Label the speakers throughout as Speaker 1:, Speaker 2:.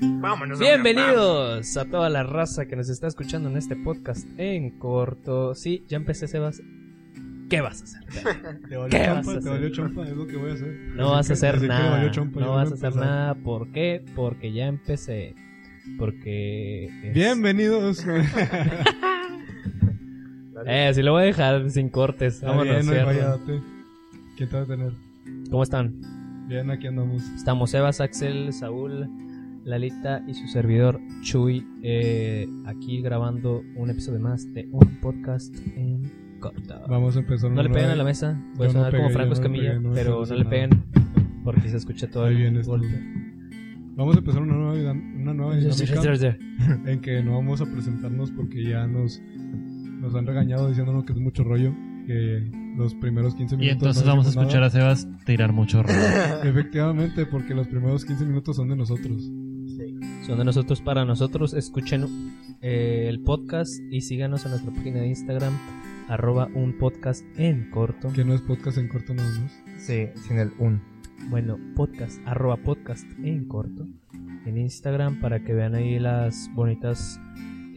Speaker 1: Vámonos.
Speaker 2: Bienvenidos a toda la raza que nos está escuchando en este podcast en corto. Sí, ya empecé, Sebas. ¿Qué vas a hacer?
Speaker 3: Te valió
Speaker 2: ¿Qué
Speaker 3: chompa,
Speaker 2: vas a
Speaker 3: te
Speaker 2: hacer?
Speaker 3: valió chompa, es lo que voy a hacer.
Speaker 2: No vas a
Speaker 3: Desde que-
Speaker 2: hacer
Speaker 3: desde que le
Speaker 2: nada.
Speaker 3: valió chompa, ya
Speaker 2: No
Speaker 3: voy a
Speaker 2: vas a hacer
Speaker 3: empezar.
Speaker 2: nada. ¿Por qué? Porque ya empecé. Porque. es-
Speaker 3: Bienvenidos.
Speaker 2: Eh, sí lo voy a dejar sin cortes.
Speaker 3: Está bien,
Speaker 2: Vámonos,
Speaker 3: no hay
Speaker 2: cierro.
Speaker 3: fallate. ¿Qué te va a tener?
Speaker 2: ¿Cómo están?
Speaker 3: Bien, aquí andamos.
Speaker 2: Estamos Sebas, Axel, Saúl, Lalita y su servidor Chuy. eh, aquí grabando un episodio más de un podcast en corto.
Speaker 3: Vamos a empezar
Speaker 2: No
Speaker 3: una
Speaker 2: le peguen
Speaker 3: nueva-
Speaker 2: a la mesa, voy a
Speaker 3: Yo no
Speaker 2: sonar como
Speaker 3: pegué,
Speaker 2: Franco
Speaker 3: yo no
Speaker 2: Escamilla,
Speaker 3: pegué, no me
Speaker 2: pero no
Speaker 3: están
Speaker 2: le peguen
Speaker 3: haciendo
Speaker 2: porque se escucha todo
Speaker 3: Ahí
Speaker 2: el
Speaker 3: viene esto.
Speaker 2: golpe.
Speaker 3: Vamos a empezar una nueva, vida- una nueva dinámica en que no vamos a presentarnos porque ya nos, nos han regañado diciéndonos que es mucho rollo. Que los primeros 15 minutos.
Speaker 4: Y entonces
Speaker 3: no
Speaker 4: vamos a
Speaker 3: decimos
Speaker 4: escuchar a Sebas tirar mucho rollo.
Speaker 3: nada. Efectivamente, porque los primeros 15 minutos son de nosotros.
Speaker 2: Son de nosotros para nosotros. Escuchen eh, el podcast y síganos en nuestra página de Instagram, arroba un podcast en corto.
Speaker 3: Que no es podcast en corto nada más.
Speaker 5: Sí, sin el un.
Speaker 2: Bueno, podcast, arroba podcast en corto. En Instagram para que vean ahí las bonitas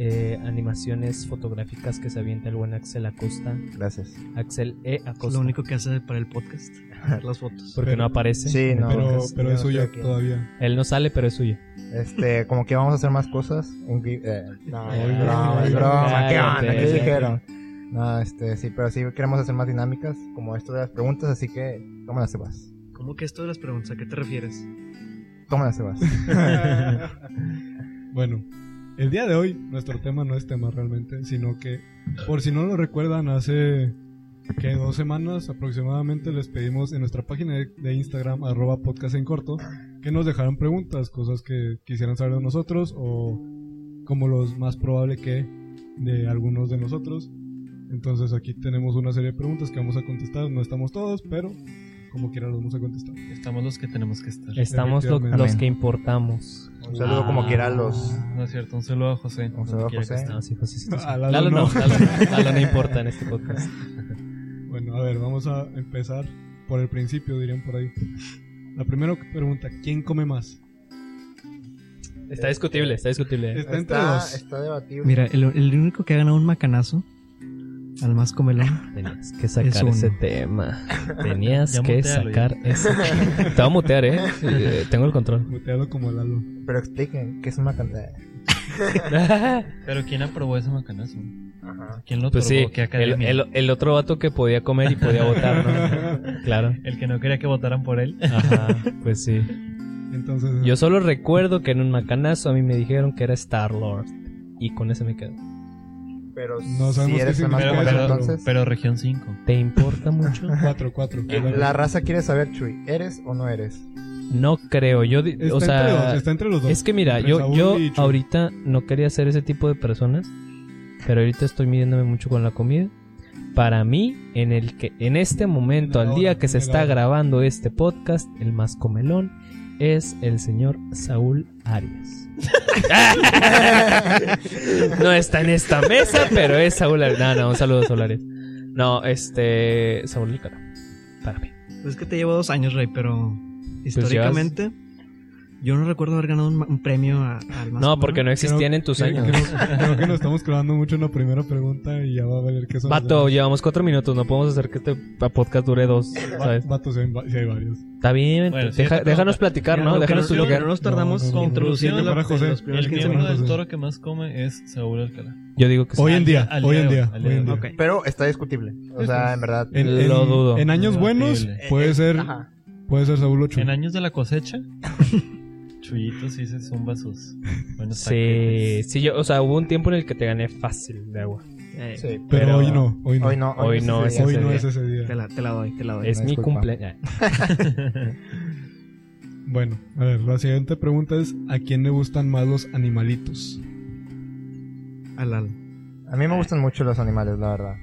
Speaker 2: eh, animaciones fotográficas que se avienta el buen Axel Acosta.
Speaker 5: Gracias.
Speaker 2: Axel E.
Speaker 4: Es lo
Speaker 2: Acosta.
Speaker 4: único que hace para el podcast. hacer las fotos.
Speaker 2: Porque
Speaker 3: Pero-
Speaker 2: no aparece.
Speaker 5: Sí,
Speaker 2: en el
Speaker 5: no,
Speaker 3: pero
Speaker 2: podcast.
Speaker 3: pero
Speaker 5: yo
Speaker 3: es
Speaker 5: no
Speaker 3: suyo
Speaker 5: estoy aquí.
Speaker 3: todavía.
Speaker 2: Él no sale, pero es suyo.
Speaker 5: Este, como que vamos a hacer más cosas. Un gui- eh, no,
Speaker 3: Ay,
Speaker 5: es broma, es
Speaker 3: ay,
Speaker 5: broma.
Speaker 2: ay,
Speaker 5: ¿Qué onda? ¿Qué
Speaker 2: ay,
Speaker 5: dijeron? No, este, sí, pero sí queremos hacer más dinámicas, como esto de las preguntas, así que tómala, Sebas.
Speaker 4: ¿Cómo que esto de las preguntas? ¿A qué te refieres?
Speaker 5: Tómala, Sebas.
Speaker 3: bueno, el día de hoy nuestro tema no es tema realmente, sino que, por si no lo recuerdan, hace que dos semanas aproximadamente les pedimos en nuestra página de- de Instagram, arroba podcast en corto, que nos dejaran preguntas, cosas que quisieran saber de nosotros o como los más probable que de algunos de nosotros. Entonces aquí tenemos una serie de preguntas que vamos a contestar, no estamos todos, pero como quiera los vamos a contestar.
Speaker 4: Estamos los que tenemos que estar.
Speaker 2: Estamos lo-
Speaker 3: Efectivamente.
Speaker 2: los
Speaker 5: Amén.
Speaker 2: que importamos.
Speaker 5: Un saludo como
Speaker 6: Ah.
Speaker 5: quiera a los...
Speaker 4: No es cierto, un saludo a José.
Speaker 5: Un saludo a
Speaker 4: Quiero que
Speaker 5: José.
Speaker 4: esté.
Speaker 2: No, Ah, sí, José, sí, sí.
Speaker 4: Ah,
Speaker 3: A Lalo
Speaker 2: Lalo no,
Speaker 3: no.
Speaker 2: Lalo no, Lalo no importa en este podcast.
Speaker 3: Bueno, a ver, vamos a empezar por el principio, dirían por ahí. La primera pregunta, ¿quién come más?
Speaker 2: Está discutible, está discutible. ¿eh?
Speaker 3: Está entre
Speaker 5: Está,
Speaker 3: dos.
Speaker 5: está debatible.
Speaker 6: Mira, el, el único que ha ganado un macanazo al más comelón.
Speaker 2: Tenías que
Speaker 6: Es
Speaker 2: sacar
Speaker 6: uno.
Speaker 2: ese tema. Tenías
Speaker 4: Ya
Speaker 2: que
Speaker 4: mutealo, ya.
Speaker 2: sacar ese tema. Te voy a mutear, ¿eh? Eh, Tengo el control.
Speaker 3: Muteado como Lalo.
Speaker 5: Pero expliquen, ¿qué es una eh, cantidad?
Speaker 4: Pero ¿quién aprobó ese macanazo?
Speaker 5: Ajá.
Speaker 4: ¿Quién lo
Speaker 2: Pues sí,
Speaker 4: aprobó? ¿Qué
Speaker 2: el,
Speaker 4: academia?
Speaker 2: el- el otro vato que podía comer y podía votar, ¿no? Claro.
Speaker 4: El que no quería que votaran por él.
Speaker 2: Ajá, pues sí.
Speaker 3: Entonces,
Speaker 2: Yo solo recuerdo que en un macanazo a mí me dijeron que era Star-Lord. Y con eso me quedo.
Speaker 5: Pero
Speaker 3: No
Speaker 5: si
Speaker 3: sabemos qué
Speaker 5: eres el
Speaker 3: significa
Speaker 5: más
Speaker 4: Pero,
Speaker 5: joven,
Speaker 4: pero-
Speaker 5: entonces...
Speaker 4: pero región 5.
Speaker 2: ¿Te importa mucho?
Speaker 3: cuatro, cuatro.
Speaker 5: La raza quiere saber, Chuy, ¿eres o no eres?
Speaker 2: No creo. Yo, di-
Speaker 3: Está,
Speaker 2: o
Speaker 3: entre
Speaker 2: sea,
Speaker 3: dos, está entre los dos.
Speaker 2: Es que mira,
Speaker 3: Entre
Speaker 2: yo,
Speaker 3: Saúl
Speaker 2: yo
Speaker 3: y Chuy.
Speaker 2: ahorita no quería ser ese tipo de personas, pero ahorita estoy midiéndome mucho con la comida. Para mí, en el que en este momento,
Speaker 3: En la
Speaker 2: al día
Speaker 3: hora,
Speaker 2: que se
Speaker 3: en la
Speaker 2: está
Speaker 3: hora.
Speaker 2: grabando este podcast, el más comelón es el señor Saúl Arias. no está en esta mesa, pero es Saúl Arias. No, no, un saludo Saúl Arias. No, este Saúl Alcalá. Para mí.
Speaker 6: Es que te llevo dos años, Rey, pero históricamente yo no recuerdo haber ganado un, ma- un premio a- al más
Speaker 2: No, porque
Speaker 6: comelón.
Speaker 2: no existían en tus
Speaker 3: creo,
Speaker 2: años.
Speaker 3: Creo, creo que nos estamos clavando mucho en la primera pregunta y ya va a valer que son.
Speaker 2: Vato, llevamos cuatro minutos, no podemos hacer que este podcast dure dos, ¿sabes?
Speaker 3: Vato, si hay, Eh, va- sí hay varios.
Speaker 2: Está bien,
Speaker 4: Bueno,
Speaker 2: deja-
Speaker 4: sí, esta
Speaker 2: déjanos
Speaker 4: pregunta.
Speaker 2: platicar,
Speaker 6: Mira,
Speaker 2: ¿no?
Speaker 6: lo que
Speaker 2: Déjanos
Speaker 6: nos- lo que
Speaker 2: platicar.
Speaker 6: no nos tardamos
Speaker 3: No, no, no.
Speaker 6: introduciendo
Speaker 4: Si fuera
Speaker 3: José,
Speaker 6: los primeros
Speaker 4: El
Speaker 6: 15
Speaker 4: miembro
Speaker 6: minutos.
Speaker 4: del
Speaker 2: Pues,
Speaker 3: minutos.
Speaker 2: eh.
Speaker 4: toro que más come es Saúl Alcalá.
Speaker 2: Yo digo que sí.
Speaker 3: Hoy en día,
Speaker 4: al
Speaker 3: hoy
Speaker 4: día
Speaker 3: en
Speaker 4: de hoy,
Speaker 3: día,
Speaker 4: al
Speaker 3: hoy en
Speaker 4: día
Speaker 3: día.
Speaker 6: Ok.
Speaker 5: Pero está discutible. O sea, en verdad...
Speaker 3: En, en-
Speaker 2: Lo dudo.
Speaker 3: en años
Speaker 4: Lo
Speaker 3: buenos
Speaker 4: dudo.
Speaker 3: puede ser,
Speaker 5: Ajá.
Speaker 3: puede ser Saúl Ocho.
Speaker 4: En años de la cosecha, Chuyito sí se zumba sus buenos
Speaker 2: Sí,
Speaker 4: paquetes.
Speaker 2: sí, yo, o sea, hubo un tiempo en el que te gané fácil de agua.
Speaker 6: Eh,
Speaker 5: Sí.
Speaker 3: Pero,
Speaker 2: pero-
Speaker 3: hoy no, hoy no.
Speaker 5: Hoy no,
Speaker 2: Hoy no,
Speaker 5: es ese
Speaker 3: Hoy
Speaker 5: día.
Speaker 3: no
Speaker 2: día.
Speaker 3: es ese
Speaker 6: te,
Speaker 3: día.
Speaker 6: la, te la doy, te la doy.
Speaker 2: es mi
Speaker 5: disculpa.
Speaker 2: cumpleaños.
Speaker 3: Bueno, a ver, la siguiente pregunta es: ¿a quién le gustan más los animalitos?
Speaker 6: Al, al.
Speaker 5: A mí me gustan mucho los animales, la verdad.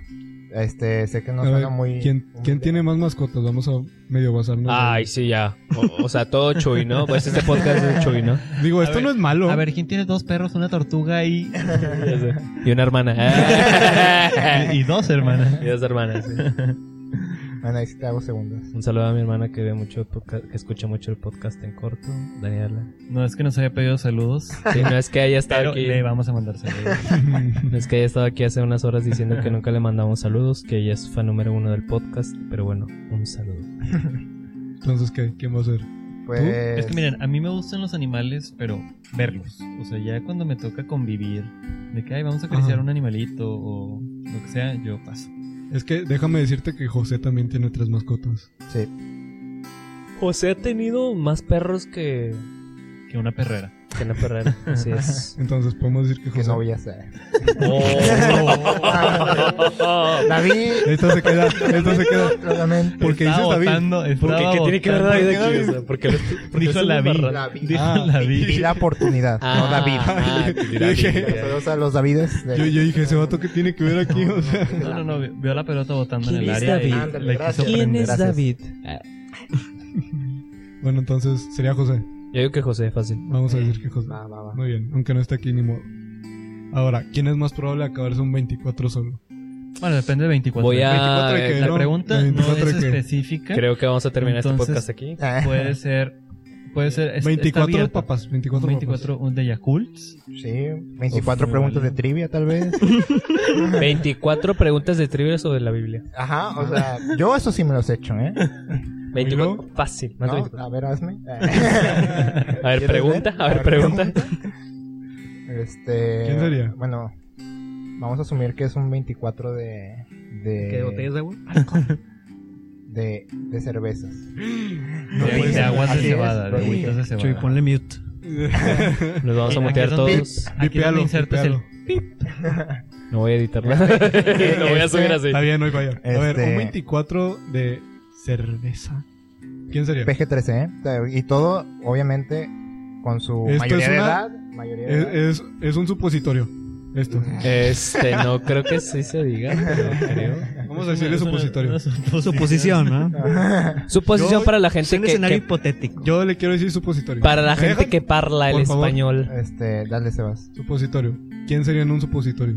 Speaker 5: Este, sé que no
Speaker 3: A ver,
Speaker 5: suena muy.
Speaker 3: ¿quién,
Speaker 5: muy
Speaker 3: quién
Speaker 5: bien.
Speaker 3: tiene más mascotas? Vamos a medio basarnos. en-
Speaker 2: Ay, sí, ya. O, o sea, todo Chuy, ¿no? Pues este podcast es Chuy, ¿no?
Speaker 3: Digo, esto
Speaker 4: ver,
Speaker 3: no es malo.
Speaker 6: A ver, ¿quién tiene dos perros, una tortuga y,
Speaker 2: Ya sé. Y una hermana.
Speaker 6: y dos hermanas?
Speaker 2: y dos hermanas. sí.
Speaker 5: Bueno, Ah, ahí sí te hago segundos.
Speaker 2: Un saludo a mi hermana que ve mucho el podcast, que escucha mucho el podcast en corto, Daniela.
Speaker 4: No es que nos haya pedido saludos,
Speaker 2: Sí, no es que haya estado
Speaker 4: pero
Speaker 2: aquí.
Speaker 4: le vamos a mandar saludos.
Speaker 2: No es que haya estado aquí hace unas horas diciendo que nunca le mandamos saludos, que ella es fan número uno del podcast, pero bueno, un saludo.
Speaker 3: Entonces, ¿qué? ¿Quién va a ser?
Speaker 5: Pues.
Speaker 4: Es que miren, a mí me gustan los animales, pero verlos. O sea, ya cuando me toca convivir, de que, ay, vamos a acariciar
Speaker 3: Ajá.
Speaker 4: un animalito o lo que sea, yo paso.
Speaker 3: Es que déjame decirte que José también tiene tres mascotas.
Speaker 5: Sí.
Speaker 2: José ha tenido más perros que,
Speaker 4: Que una perrera.
Speaker 2: que una perrera. Así es.
Speaker 3: Entonces podemos decir que
Speaker 5: Que
Speaker 3: José.
Speaker 5: no voy a hacer.
Speaker 3: Esta
Speaker 4: Oh.
Speaker 5: David.
Speaker 3: se queda, esta se queda.
Speaker 5: Lo lamento.
Speaker 3: Porque
Speaker 4: Estaba
Speaker 3: dices David.
Speaker 4: botando, estaba
Speaker 2: ¿Qué tiene que ver
Speaker 4: botando.
Speaker 2: David aquí? O sea, porque lo- porque
Speaker 4: Dijo
Speaker 2: es una
Speaker 4: la vi.
Speaker 2: perra.
Speaker 5: David.
Speaker 4: Dijo
Speaker 3: Ah.
Speaker 4: la vi.
Speaker 5: Y la oportunidad. No, David.
Speaker 2: Ah,
Speaker 3: Yo dije-
Speaker 5: Saludos a los Davides. de-
Speaker 3: Yo, yo dije, ese vato que tiene que ver aquí, o sea.
Speaker 4: No, no, no, vio la pelota botando en
Speaker 2: ¿Quién es
Speaker 4: el área y
Speaker 2: David?
Speaker 5: Ándale,
Speaker 4: le quiso
Speaker 5: gracias.
Speaker 2: ¿Quién
Speaker 4: prender.
Speaker 2: es
Speaker 5: Gracias.
Speaker 2: David? Ah,
Speaker 3: Bueno, entonces sería José.
Speaker 2: Yo digo que José, fácil.
Speaker 3: Vamos a decir que José.
Speaker 5: Va, va, va.
Speaker 3: Muy bien, aunque no esté aquí ni modo. Ahora, ¿quién es más probable de acabarse un 24 solo?
Speaker 4: Bueno, depende de 24.
Speaker 2: Voy a.
Speaker 3: 24 de que
Speaker 4: La
Speaker 3: no,
Speaker 4: pregunta
Speaker 3: de
Speaker 4: no
Speaker 3: 24
Speaker 4: es
Speaker 3: que-
Speaker 4: específica.
Speaker 2: Creo que vamos a terminar este
Speaker 4: Entonces-
Speaker 2: podcast aquí.
Speaker 5: Ah,
Speaker 4: Puede ser. Puede ser. es- está
Speaker 3: 24
Speaker 4: abierta.
Speaker 3: papas, 24,
Speaker 4: 24 un de Yakults.
Speaker 5: Sí, 24 preguntas de trivia, tal vez.
Speaker 2: 24 preguntas de trivia sobre la Biblia.
Speaker 5: Ajá, o sea, yo eso sí me los he hecho, ¿eh?
Speaker 2: 24. Fácil, más
Speaker 5: ¿No?
Speaker 2: 24.
Speaker 5: A ver, hazme.
Speaker 2: A ver,
Speaker 5: ¿Quieres
Speaker 2: pregunta,
Speaker 5: ver?
Speaker 2: a ver, pregunta.
Speaker 5: Este.
Speaker 3: ¿Quién sería?
Speaker 5: Bueno, vamos a asumir que es un 24 de. de
Speaker 6: ¿Qué botellas de agua?
Speaker 5: de, de cervezas.
Speaker 4: De,
Speaker 5: puede
Speaker 4: de
Speaker 5: ser.
Speaker 4: aguas de
Speaker 5: Así es,
Speaker 4: cebada. De
Speaker 5: lo dije.
Speaker 4: agüitas de
Speaker 6: Chuy,
Speaker 4: cebada.
Speaker 6: ponle mute.
Speaker 2: Nos vamos a
Speaker 4: Aquí
Speaker 2: mutear
Speaker 4: es donde-
Speaker 2: todos.
Speaker 4: Aquí donde
Speaker 3: Vipealo,
Speaker 4: insertas el.
Speaker 3: vipealo.
Speaker 2: No voy a editarlo. Lo voy a subir así.
Speaker 3: Está bien, hoy vaya. A ver,
Speaker 5: Este-
Speaker 3: un 24 de cerveza. ¿Quién sería?
Speaker 5: PG-13, ¿eh? O sea, Y todo, obviamente, con su
Speaker 3: Esto
Speaker 5: mayoría
Speaker 3: es
Speaker 5: de
Speaker 3: una-
Speaker 5: edad. Mayoría de edad.
Speaker 3: Es, es, es un supositorio. Esto.
Speaker 2: Este, no creo que sí se diga, pero creo.
Speaker 3: Vamos a decirle
Speaker 4: Es una-
Speaker 3: supositorio.
Speaker 4: una suposición.
Speaker 6: Suposición, ¿no?
Speaker 2: Suposición
Speaker 3: Yo-
Speaker 2: para la
Speaker 6: Es
Speaker 2: gente
Speaker 6: un
Speaker 2: que,
Speaker 6: escenario
Speaker 2: que-
Speaker 6: hipotético.
Speaker 3: Yo le quiero decir supositorio.
Speaker 2: para la
Speaker 3: ¿Me
Speaker 2: gente
Speaker 3: dejan?
Speaker 2: que parla el
Speaker 3: Por favor.
Speaker 2: español.
Speaker 5: Este, dale, Sebas.
Speaker 3: Supositorio. ¿Quién sería en un supositorio?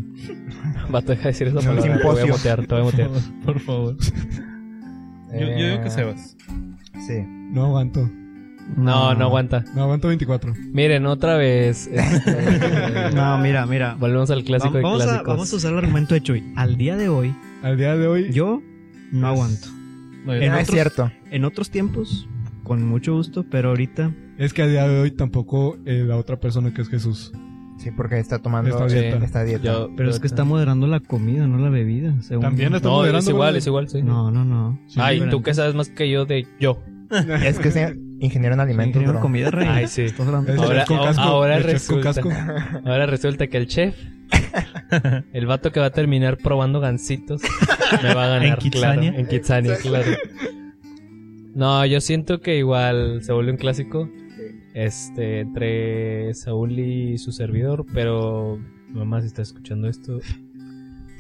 Speaker 2: Va a dejar de decir esa
Speaker 3: No,
Speaker 2: palabra. Te voy a
Speaker 5: simposio.
Speaker 2: mutear, te voy a
Speaker 4: Por
Speaker 2: mutear.
Speaker 4: favor, Por favor. Yo, yo digo que
Speaker 5: Eh,
Speaker 4: Sebas.
Speaker 5: Sí.
Speaker 3: No aguanto.
Speaker 2: No, no aguanta.
Speaker 3: No aguanto 24.
Speaker 2: Miren, otra vez. este,
Speaker 6: No, mira, mira.
Speaker 2: Volvemos al clásico de
Speaker 6: vamos, a,
Speaker 2: clásicos.
Speaker 6: vamos a usar el argumento de Chuy. Al día de hoy,
Speaker 3: Al día de hoy.
Speaker 6: yo no aguanto.
Speaker 4: No, yo
Speaker 6: En
Speaker 2: Ah,
Speaker 5: No,
Speaker 4: no.
Speaker 5: es
Speaker 6: otros-
Speaker 5: cierto.
Speaker 6: En otros tiempos, con mucho gusto, pero ahorita
Speaker 3: Es que al día de hoy tampoco eh, la otra persona que es Jesús.
Speaker 5: Sí, porque está tomando
Speaker 3: Está
Speaker 5: esta
Speaker 3: bien.
Speaker 5: dieta.
Speaker 3: dieta.
Speaker 2: Yo-
Speaker 6: Pero es
Speaker 2: yo-
Speaker 6: que está moderando la comida, no la bebida. según-
Speaker 3: También está
Speaker 2: No,
Speaker 3: moderando.
Speaker 2: es igual,
Speaker 3: ¿verdad?
Speaker 2: es igual, sí.
Speaker 6: No, no, no.
Speaker 2: Ay, tú
Speaker 6: diferente.
Speaker 2: que sabes más que yo de yo.
Speaker 5: Es que es ingeniero en alimentos,
Speaker 6: Ingeniero en
Speaker 5: bro.
Speaker 6: comida, rey.
Speaker 2: Ay, sí.
Speaker 6: Estás hablando-
Speaker 3: El
Speaker 2: Ahora-
Speaker 3: chasco
Speaker 2: ahora
Speaker 3: el chasco
Speaker 2: resulta. Ahora resulta que el chef, el vato que va a terminar probando gancitos, me va a ganar.
Speaker 4: En Kitsania.
Speaker 2: Claro, en Kitsania, claro. No, yo siento que igual se vuelve un clásico. Este, entre Saúl y su servidor, pero mamá, si está escuchando esto,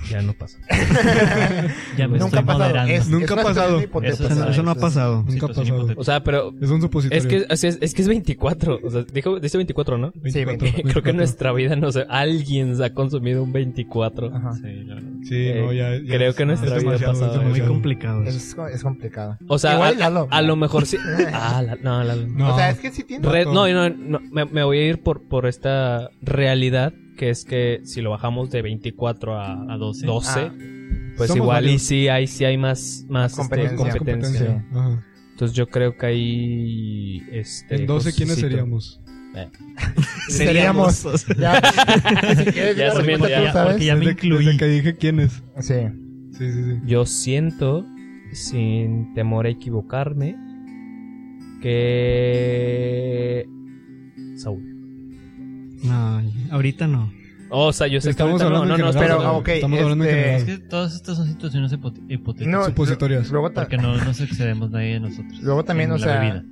Speaker 2: ya no pasa. Pues,
Speaker 4: Ya me
Speaker 5: Nunca
Speaker 4: estoy
Speaker 5: ha pasado.
Speaker 4: moderando.
Speaker 5: Es,
Speaker 3: Nunca
Speaker 5: es
Speaker 3: ha
Speaker 5: una
Speaker 3: pasado.
Speaker 5: situación hipotética.
Speaker 6: Eso, no- eso no ha pasado.
Speaker 3: Nunca ha
Speaker 4: Situación
Speaker 3: pasado.
Speaker 4: hipotética.
Speaker 2: O sea, pero
Speaker 3: Es un supositorio.
Speaker 2: es que, o sea, es, es que es 24. O sea, dijo, dice 24, ¿no?
Speaker 3: 24,
Speaker 2: Creo
Speaker 5: Sí,
Speaker 2: que en
Speaker 3: 24.
Speaker 2: nuestra vida, no sé, alguien ha consumido un 24.
Speaker 5: Ajá.
Speaker 4: Sí, la verdad.
Speaker 3: Sí,
Speaker 2: Eh,
Speaker 3: no, ya, ya
Speaker 2: creo
Speaker 3: es-
Speaker 2: que nuestra
Speaker 3: es
Speaker 2: vida ha
Speaker 3: demasiado,
Speaker 2: pasado,
Speaker 3: es
Speaker 2: es muy
Speaker 6: Muy
Speaker 3: demasiado.
Speaker 6: complicado.
Speaker 5: Es, es complicado.
Speaker 2: O sea,
Speaker 5: Igual
Speaker 2: a-
Speaker 5: Lalo.
Speaker 2: A lo mejor sí. Ah, la- no, la-
Speaker 3: No,
Speaker 5: O sea, es que sí tiene.
Speaker 2: Re- no, no, no, me, me voy a ir por, por esta realidad que es que si lo bajamos de 24 a, a 12,
Speaker 5: Ah.
Speaker 2: pues
Speaker 3: Somos
Speaker 2: igual y
Speaker 3: varios.
Speaker 2: sí hay, sí hay más, más este,
Speaker 5: Competencia.
Speaker 3: Con
Speaker 2: competencia.
Speaker 3: competencia. Ajá.
Speaker 2: Entonces yo creo que ahí... Este,
Speaker 3: En 12, ¿quiénes
Speaker 2: Josecito.
Speaker 3: seríamos?
Speaker 5: Seríamos. Ya, si quieres,
Speaker 2: Ya
Speaker 5: la
Speaker 2: se
Speaker 5: respuesta
Speaker 2: viene,
Speaker 5: tú
Speaker 2: ya,
Speaker 5: sabes.
Speaker 6: porque ya me
Speaker 3: Desde-
Speaker 6: incluí.
Speaker 3: Desde que dije quiénes.
Speaker 5: Sí.
Speaker 3: Sí, sí, sí.
Speaker 2: Yo siento, sin temor a equivocarme, que... Saúl.
Speaker 6: No, ahorita no.
Speaker 2: O sea, yo sé
Speaker 3: Estamos
Speaker 2: Pues que... ahorita- no,
Speaker 3: hablando en
Speaker 2: no, no,
Speaker 3: general,
Speaker 2: espera,
Speaker 5: Pero,
Speaker 3: ¿no?
Speaker 5: ok.
Speaker 3: Estamos hablando en
Speaker 5: este,
Speaker 2: Eh.
Speaker 3: general.
Speaker 4: Es que todas estas son situaciones hipo- hipotéticas.
Speaker 5: No,
Speaker 3: Supositorias.
Speaker 5: pues Luego, ta-
Speaker 4: Porque no nos excedemos nadie de nosotros.
Speaker 5: Luego también,
Speaker 4: en
Speaker 5: o
Speaker 4: la
Speaker 5: sea,
Speaker 4: bebida.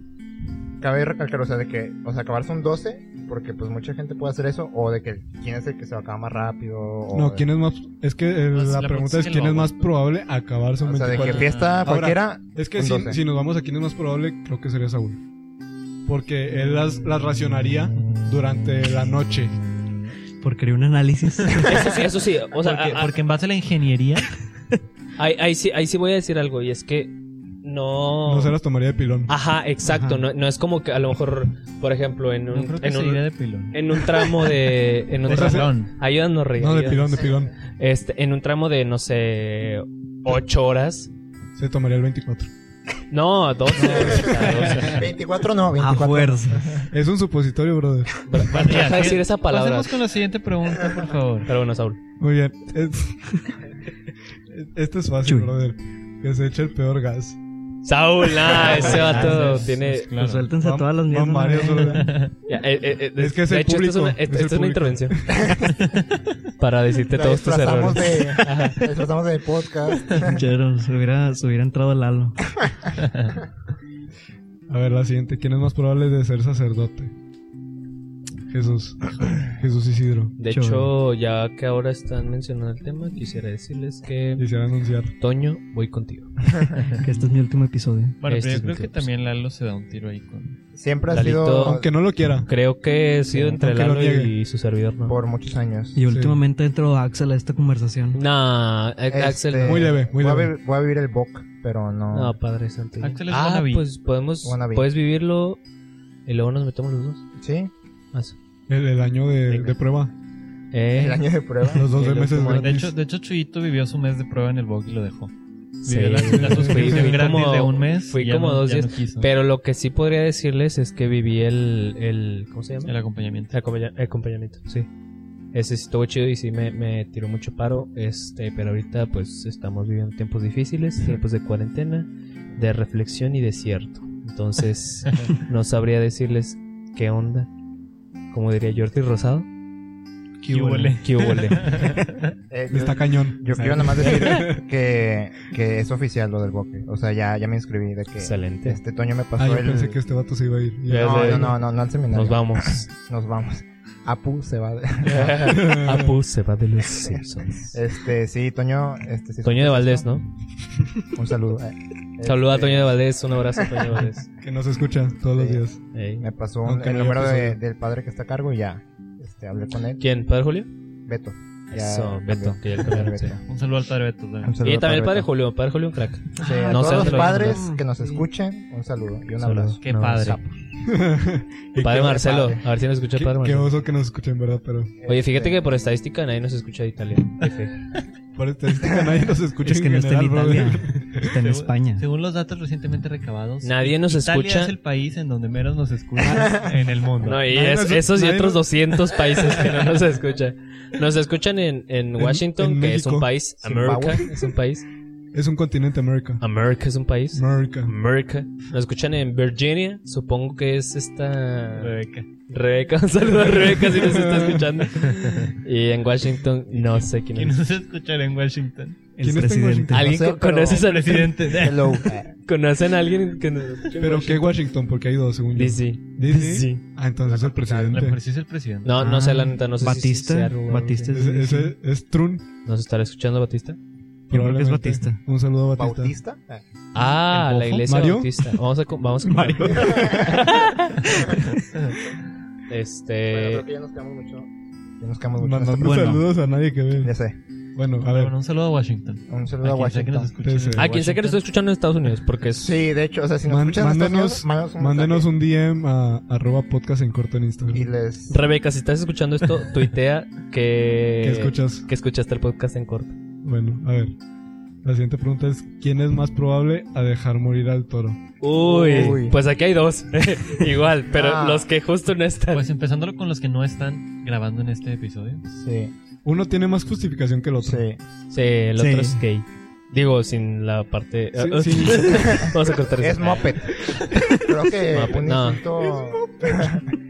Speaker 5: cabe recalcar, o sea, de que, o sea, acabarse un 12 Porque pues mucha gente puede hacer eso. O de que quién es el que se va a acabar más rápido. O
Speaker 3: No,
Speaker 5: de-
Speaker 3: ¿quién es más.? Es que eh,
Speaker 4: Pues,
Speaker 3: la, pregunta
Speaker 4: la próxima
Speaker 3: es
Speaker 4: que
Speaker 3: quién
Speaker 4: lo
Speaker 3: es más probable acabarse un
Speaker 5: O sea, de
Speaker 3: 24.
Speaker 5: que fiesta
Speaker 3: Ahora,
Speaker 5: cualquiera.
Speaker 3: Es que
Speaker 5: un
Speaker 3: si,
Speaker 5: 12.
Speaker 3: si nos vamos a quién es más probable, creo que sería Saúl. Porque él las, las racionaría durante la noche.
Speaker 6: Porque haría un análisis.
Speaker 2: Eso sí, eso sí. O sea,
Speaker 4: porque,
Speaker 2: a- a-
Speaker 4: porque en base a la ingeniería,
Speaker 2: ahí, ahí sí, ahí sí voy a decir algo. Y es que no.
Speaker 3: No se las tomaría de pilón.
Speaker 2: Ajá, exacto.
Speaker 6: Ajá.
Speaker 2: No, no es como que a lo mejor, por ejemplo, en
Speaker 4: no
Speaker 2: un,
Speaker 4: creo que
Speaker 2: en
Speaker 4: se
Speaker 2: un,
Speaker 4: iría de pilón.
Speaker 2: en un tramo de. En un
Speaker 4: De
Speaker 2: tramo-
Speaker 4: salón.
Speaker 2: Ayúdanos, Rey.
Speaker 3: No, de
Speaker 2: ayúdanos.
Speaker 3: pilón, de pilón.
Speaker 2: Este, en un tramo de, no sé, 8 horas.
Speaker 3: Se tomaría el 24.
Speaker 2: No, 12. o sea, 12.
Speaker 5: 24 no,
Speaker 6: a
Speaker 3: Ah,
Speaker 5: 24.
Speaker 6: fuerza.
Speaker 3: Es un supositorio, brother.
Speaker 2: Vas- Deja de decir esa palabra.
Speaker 4: Pasemos con la siguiente pregunta, por favor.
Speaker 2: Pero bueno, Saúl.
Speaker 3: Muy bien. Es- Esto es fácil,
Speaker 6: Chuy.
Speaker 3: brother. Que se eche el peor gas.
Speaker 2: Saúl, nah, ese
Speaker 3: Ah,
Speaker 2: vato tiene.
Speaker 4: Pues claro.
Speaker 6: Pues suéltense
Speaker 3: Van-
Speaker 6: todas las mierdas.
Speaker 3: van
Speaker 6: ¿no?
Speaker 3: varios, brother.
Speaker 2: Ya, eh, eh, eh,
Speaker 3: Es que es
Speaker 2: de
Speaker 3: el
Speaker 2: hecho, esto es
Speaker 3: público,
Speaker 2: una,
Speaker 3: es
Speaker 2: esto- esto
Speaker 3: el
Speaker 2: es una
Speaker 3: público.
Speaker 2: intervención. para decirte
Speaker 5: La
Speaker 2: todos tus
Speaker 5: disfrazamos
Speaker 2: errores.
Speaker 5: de- la disfrazamos de podcast.
Speaker 6: Chero, se hubiera, se hubiera entrado Lalo.
Speaker 3: A ver, la siguiente. ¿Quién es más probable de ser sacerdote? Jesús. Jesús Isidro.
Speaker 2: De hecho, ya que ahora están mencionando el tema, quisiera decirles que
Speaker 3: Quisiera anunciar.
Speaker 2: Toño, voy contigo.
Speaker 6: Que este es mi último episodio.
Speaker 4: Bueno, pero
Speaker 2: Este
Speaker 4: yo
Speaker 2: es mi
Speaker 4: creo que
Speaker 2: tiempo.
Speaker 4: también Lalo se da un tiro ahí con.
Speaker 5: Siempre ha
Speaker 2: Lalito,
Speaker 5: sido
Speaker 3: Aunque no lo quiera.
Speaker 2: Creo que he sido entre
Speaker 3: Aunque lo
Speaker 2: Lalo
Speaker 3: niegue.
Speaker 2: y su servidor, ¿no?
Speaker 5: por muchos años.
Speaker 6: Y últimamente entró Axel a esta conversación.
Speaker 2: Nah, eh,
Speaker 5: Este,
Speaker 2: Axel. no.
Speaker 3: Muy leve, muy
Speaker 5: voy A
Speaker 3: leve.
Speaker 5: vi- voy a vivir el Bok, pero no.
Speaker 2: No, padre santo.
Speaker 4: Axel es
Speaker 2: ah,
Speaker 4: wannabe.
Speaker 2: pues podemos,
Speaker 5: Wannabe.
Speaker 2: puedes vivirlo y luego nos metemos los dos.
Speaker 5: ¿Sí?
Speaker 2: Ah, sí.
Speaker 3: El, el año de,
Speaker 5: Venga.
Speaker 3: de prueba.
Speaker 2: Eh,
Speaker 5: El año de prueba.
Speaker 3: Los 12
Speaker 5: El
Speaker 3: meses
Speaker 5: último
Speaker 3: gratis.
Speaker 4: De hecho, de hecho, Chuyito vivió su mes de prueba en el bug y lo dejó.
Speaker 2: sí,
Speaker 4: Vivió la, la
Speaker 2: fui,
Speaker 4: suscripción
Speaker 2: fui
Speaker 4: gratis
Speaker 2: como,
Speaker 4: de un mes.
Speaker 2: fui
Speaker 4: y ya
Speaker 2: como
Speaker 4: no-
Speaker 2: dos
Speaker 4: ya
Speaker 2: días.
Speaker 4: no quiso.
Speaker 2: Pero lo que sí podría decirles es que viví el, el ¿cómo se llama?
Speaker 4: El acompañamiento.
Speaker 2: Acompaña- acompañamiento, sí. Ese sí estuvo chido y sí me, me tiró mucho paro. Este, pero ahorita pues estamos viviendo tiempos difíciles, tiempos de cuarentena, de reflexión y desierto. Entonces, no sabría decirles qué onda. Como diría Jordi Rosado,
Speaker 4: ¿Qué huele?
Speaker 2: qué huele.
Speaker 5: Eh, yo-
Speaker 3: Está cañón.
Speaker 5: Yo quiero nada más decir que, que es oficial lo del boque. O sea, ya, ya me inscribí de que
Speaker 2: Excelente.
Speaker 5: este Toño me pasó
Speaker 3: Ah, yo
Speaker 5: el...
Speaker 3: pensé que este vato se iba a ir.
Speaker 2: Ya
Speaker 5: No,
Speaker 2: sé.
Speaker 5: no, no, no, no al seminario.
Speaker 2: Nos vamos.
Speaker 5: Nos vamos. Apu se va. de-
Speaker 2: Apu se va de los Simpsons.
Speaker 5: Este, sí, Toño... Este, sí,
Speaker 2: Toño de Valdés, ¿no?
Speaker 5: Un saludo. Eh,
Speaker 2: Saluda a
Speaker 5: este,
Speaker 2: Toño de Valdés, un abrazo a Toño de Valdés.
Speaker 3: Que nos escucha todos los
Speaker 5: Sí.
Speaker 3: días.
Speaker 2: Ey.
Speaker 5: Me pasó un-
Speaker 3: Aunque
Speaker 5: el
Speaker 3: no haya
Speaker 5: número de-
Speaker 3: episodio.
Speaker 5: del padre que está a cargo y ya. Este, hablé con él.
Speaker 2: ¿Quién? ¿Padre Julio?
Speaker 5: Beto. Ya
Speaker 2: Eso, Beto,
Speaker 5: cambió.
Speaker 2: que ya lo
Speaker 5: Padre
Speaker 2: cambiaron,
Speaker 5: Beto.
Speaker 2: sí.
Speaker 4: Un saludo al padre Beto
Speaker 5: Un
Speaker 4: también.
Speaker 5: saludo
Speaker 2: Y
Speaker 5: al
Speaker 2: también el padre
Speaker 5: Beto.
Speaker 2: Julio, padre Julio un crack.
Speaker 5: Sí, a
Speaker 6: Ah,
Speaker 2: no
Speaker 5: todos
Speaker 2: sé
Speaker 5: los
Speaker 2: dónde lo
Speaker 5: padres
Speaker 6: encontré.
Speaker 5: que nos
Speaker 6: Sí.
Speaker 5: escuchen, un saludo y un
Speaker 2: Saludos.
Speaker 5: abrazo.
Speaker 4: Qué
Speaker 2: No,
Speaker 4: padre.
Speaker 2: sí. Padre Marcelo,
Speaker 5: padre.
Speaker 2: a ver si nos escucha el
Speaker 3: Qué,
Speaker 2: padre
Speaker 3: qué
Speaker 2: Marcelo.
Speaker 3: oso que nos escuchen, ¿verdad? Pero
Speaker 2: Oye, fíjate
Speaker 5: Este,
Speaker 2: que por estadística nadie nos escucha de Italia. F.
Speaker 3: por estadística nadie nos escucha
Speaker 6: Es que
Speaker 3: en
Speaker 6: no está en este
Speaker 3: general, brother.
Speaker 6: Italia, está en
Speaker 4: Según-
Speaker 6: España.
Speaker 4: Según los datos recientemente recabados,
Speaker 2: Nadie nos
Speaker 4: Italia
Speaker 2: escucha.
Speaker 4: es el país en donde menos nos escucha en el mundo.
Speaker 2: No, y
Speaker 3: Nadie
Speaker 2: es-
Speaker 3: nos-
Speaker 2: esos y
Speaker 3: nadie
Speaker 2: otros
Speaker 3: nos-
Speaker 2: 200 países que no nos escuchan. Nos escuchan en, en
Speaker 3: En-
Speaker 2: Washington,
Speaker 3: en
Speaker 2: que es un
Speaker 3: México.
Speaker 2: país.
Speaker 5: Zimbabue.
Speaker 2: América es un país.
Speaker 3: Es un continente, América.
Speaker 2: América es un país.
Speaker 3: América.
Speaker 2: América. Nos escuchan en Virginia. Supongo que es esta.
Speaker 4: Rebeca.
Speaker 2: Rebeca. Un saludo a Rebeca si nos está escuchando. Y en Washington, no sé quién
Speaker 4: ¿Quién
Speaker 2: es.
Speaker 4: nos escuchará en Washington?
Speaker 6: El
Speaker 3: ¿Quién está en
Speaker 6: presidente.
Speaker 3: Washington?
Speaker 2: ¿Alguien
Speaker 5: No sé,
Speaker 2: co-
Speaker 5: pero-
Speaker 2: conoces al
Speaker 4: Presidente.
Speaker 5: Hello. Eh,
Speaker 2: ¿Conocen a alguien que nos escuche en
Speaker 3: Pero
Speaker 2: Washington?
Speaker 3: que Washington, porque hay dos, según yo.
Speaker 2: DC.
Speaker 3: ¿Disney?
Speaker 2: Sí.
Speaker 3: Ah, entonces es el
Speaker 4: La
Speaker 3: presidente.
Speaker 4: policía es el presidente.
Speaker 2: No, no sé,
Speaker 6: Ah,
Speaker 2: la neta, no sé
Speaker 6: Batista,
Speaker 2: si sea algo,
Speaker 6: Batista.
Speaker 2: güey.
Speaker 3: Es, es, es, es Trun.
Speaker 2: ¿Nos estará escuchando Batista?
Speaker 6: creo que es
Speaker 3: probablemente.
Speaker 6: Batista.
Speaker 3: Un saludo a Batista.
Speaker 5: Bautista. Eh,
Speaker 2: Ah,
Speaker 4: ¿El
Speaker 2: la
Speaker 4: Bofo?
Speaker 2: iglesia
Speaker 3: ¿Mario?
Speaker 2: Bautista. Vamos a... co- Vamos a
Speaker 5: Bueno,
Speaker 2: este...
Speaker 5: creo que ya nos quedamos mucho. Ya nos quedamos mucho. en
Speaker 3: Mandando
Speaker 5: este
Speaker 6: Bueno.
Speaker 3: saludos a nadie que
Speaker 5: programa.
Speaker 3: ve.
Speaker 5: Ya sé.
Speaker 3: Bueno, a
Speaker 4: Bueno,
Speaker 3: ver.
Speaker 4: un saludo a Washington.
Speaker 5: Un saludo a,
Speaker 4: A quien sea que nos
Speaker 5: Washington.
Speaker 4: escuche.
Speaker 3: Sí, sí.
Speaker 4: en
Speaker 2: A quien sea que nos esté
Speaker 4: Washington.
Speaker 2: escuchando en Estados Unidos, porque es...
Speaker 5: Sí, de hecho, o sea, si nos
Speaker 3: Man-
Speaker 5: escuchan en
Speaker 3: mándenos-
Speaker 5: Estados Unidos, mándenos un
Speaker 3: Mándenos
Speaker 5: mensaje
Speaker 3: un DM a arroba podcast en corto en Instagram.
Speaker 5: y les
Speaker 2: Rebeca, si estás escuchando esto, tuitea que...
Speaker 3: ¿Qué escuchas?
Speaker 2: Que escuchaste el podcast en corto.
Speaker 3: Bueno, a ver. La siguiente pregunta es: ¿Quién es más probable a dejar morir al toro?
Speaker 2: Uy,
Speaker 5: Uy.
Speaker 2: pues aquí hay dos. Igual, pero
Speaker 5: Ah.
Speaker 2: los que justo no están.
Speaker 4: Pues empezándolo con los que no están grabando en este episodio.
Speaker 5: sí,
Speaker 3: Uno tiene más justificación que el otro.
Speaker 5: sí.
Speaker 2: sí, el otro
Speaker 6: Sí.
Speaker 2: es gay. Digo, sin la parte... ah,
Speaker 3: Sí, sí.
Speaker 2: Vamos a cortar eso.
Speaker 5: Es moped. Creo que
Speaker 2: Pues, Muppet,
Speaker 5: un
Speaker 2: no.
Speaker 5: insulto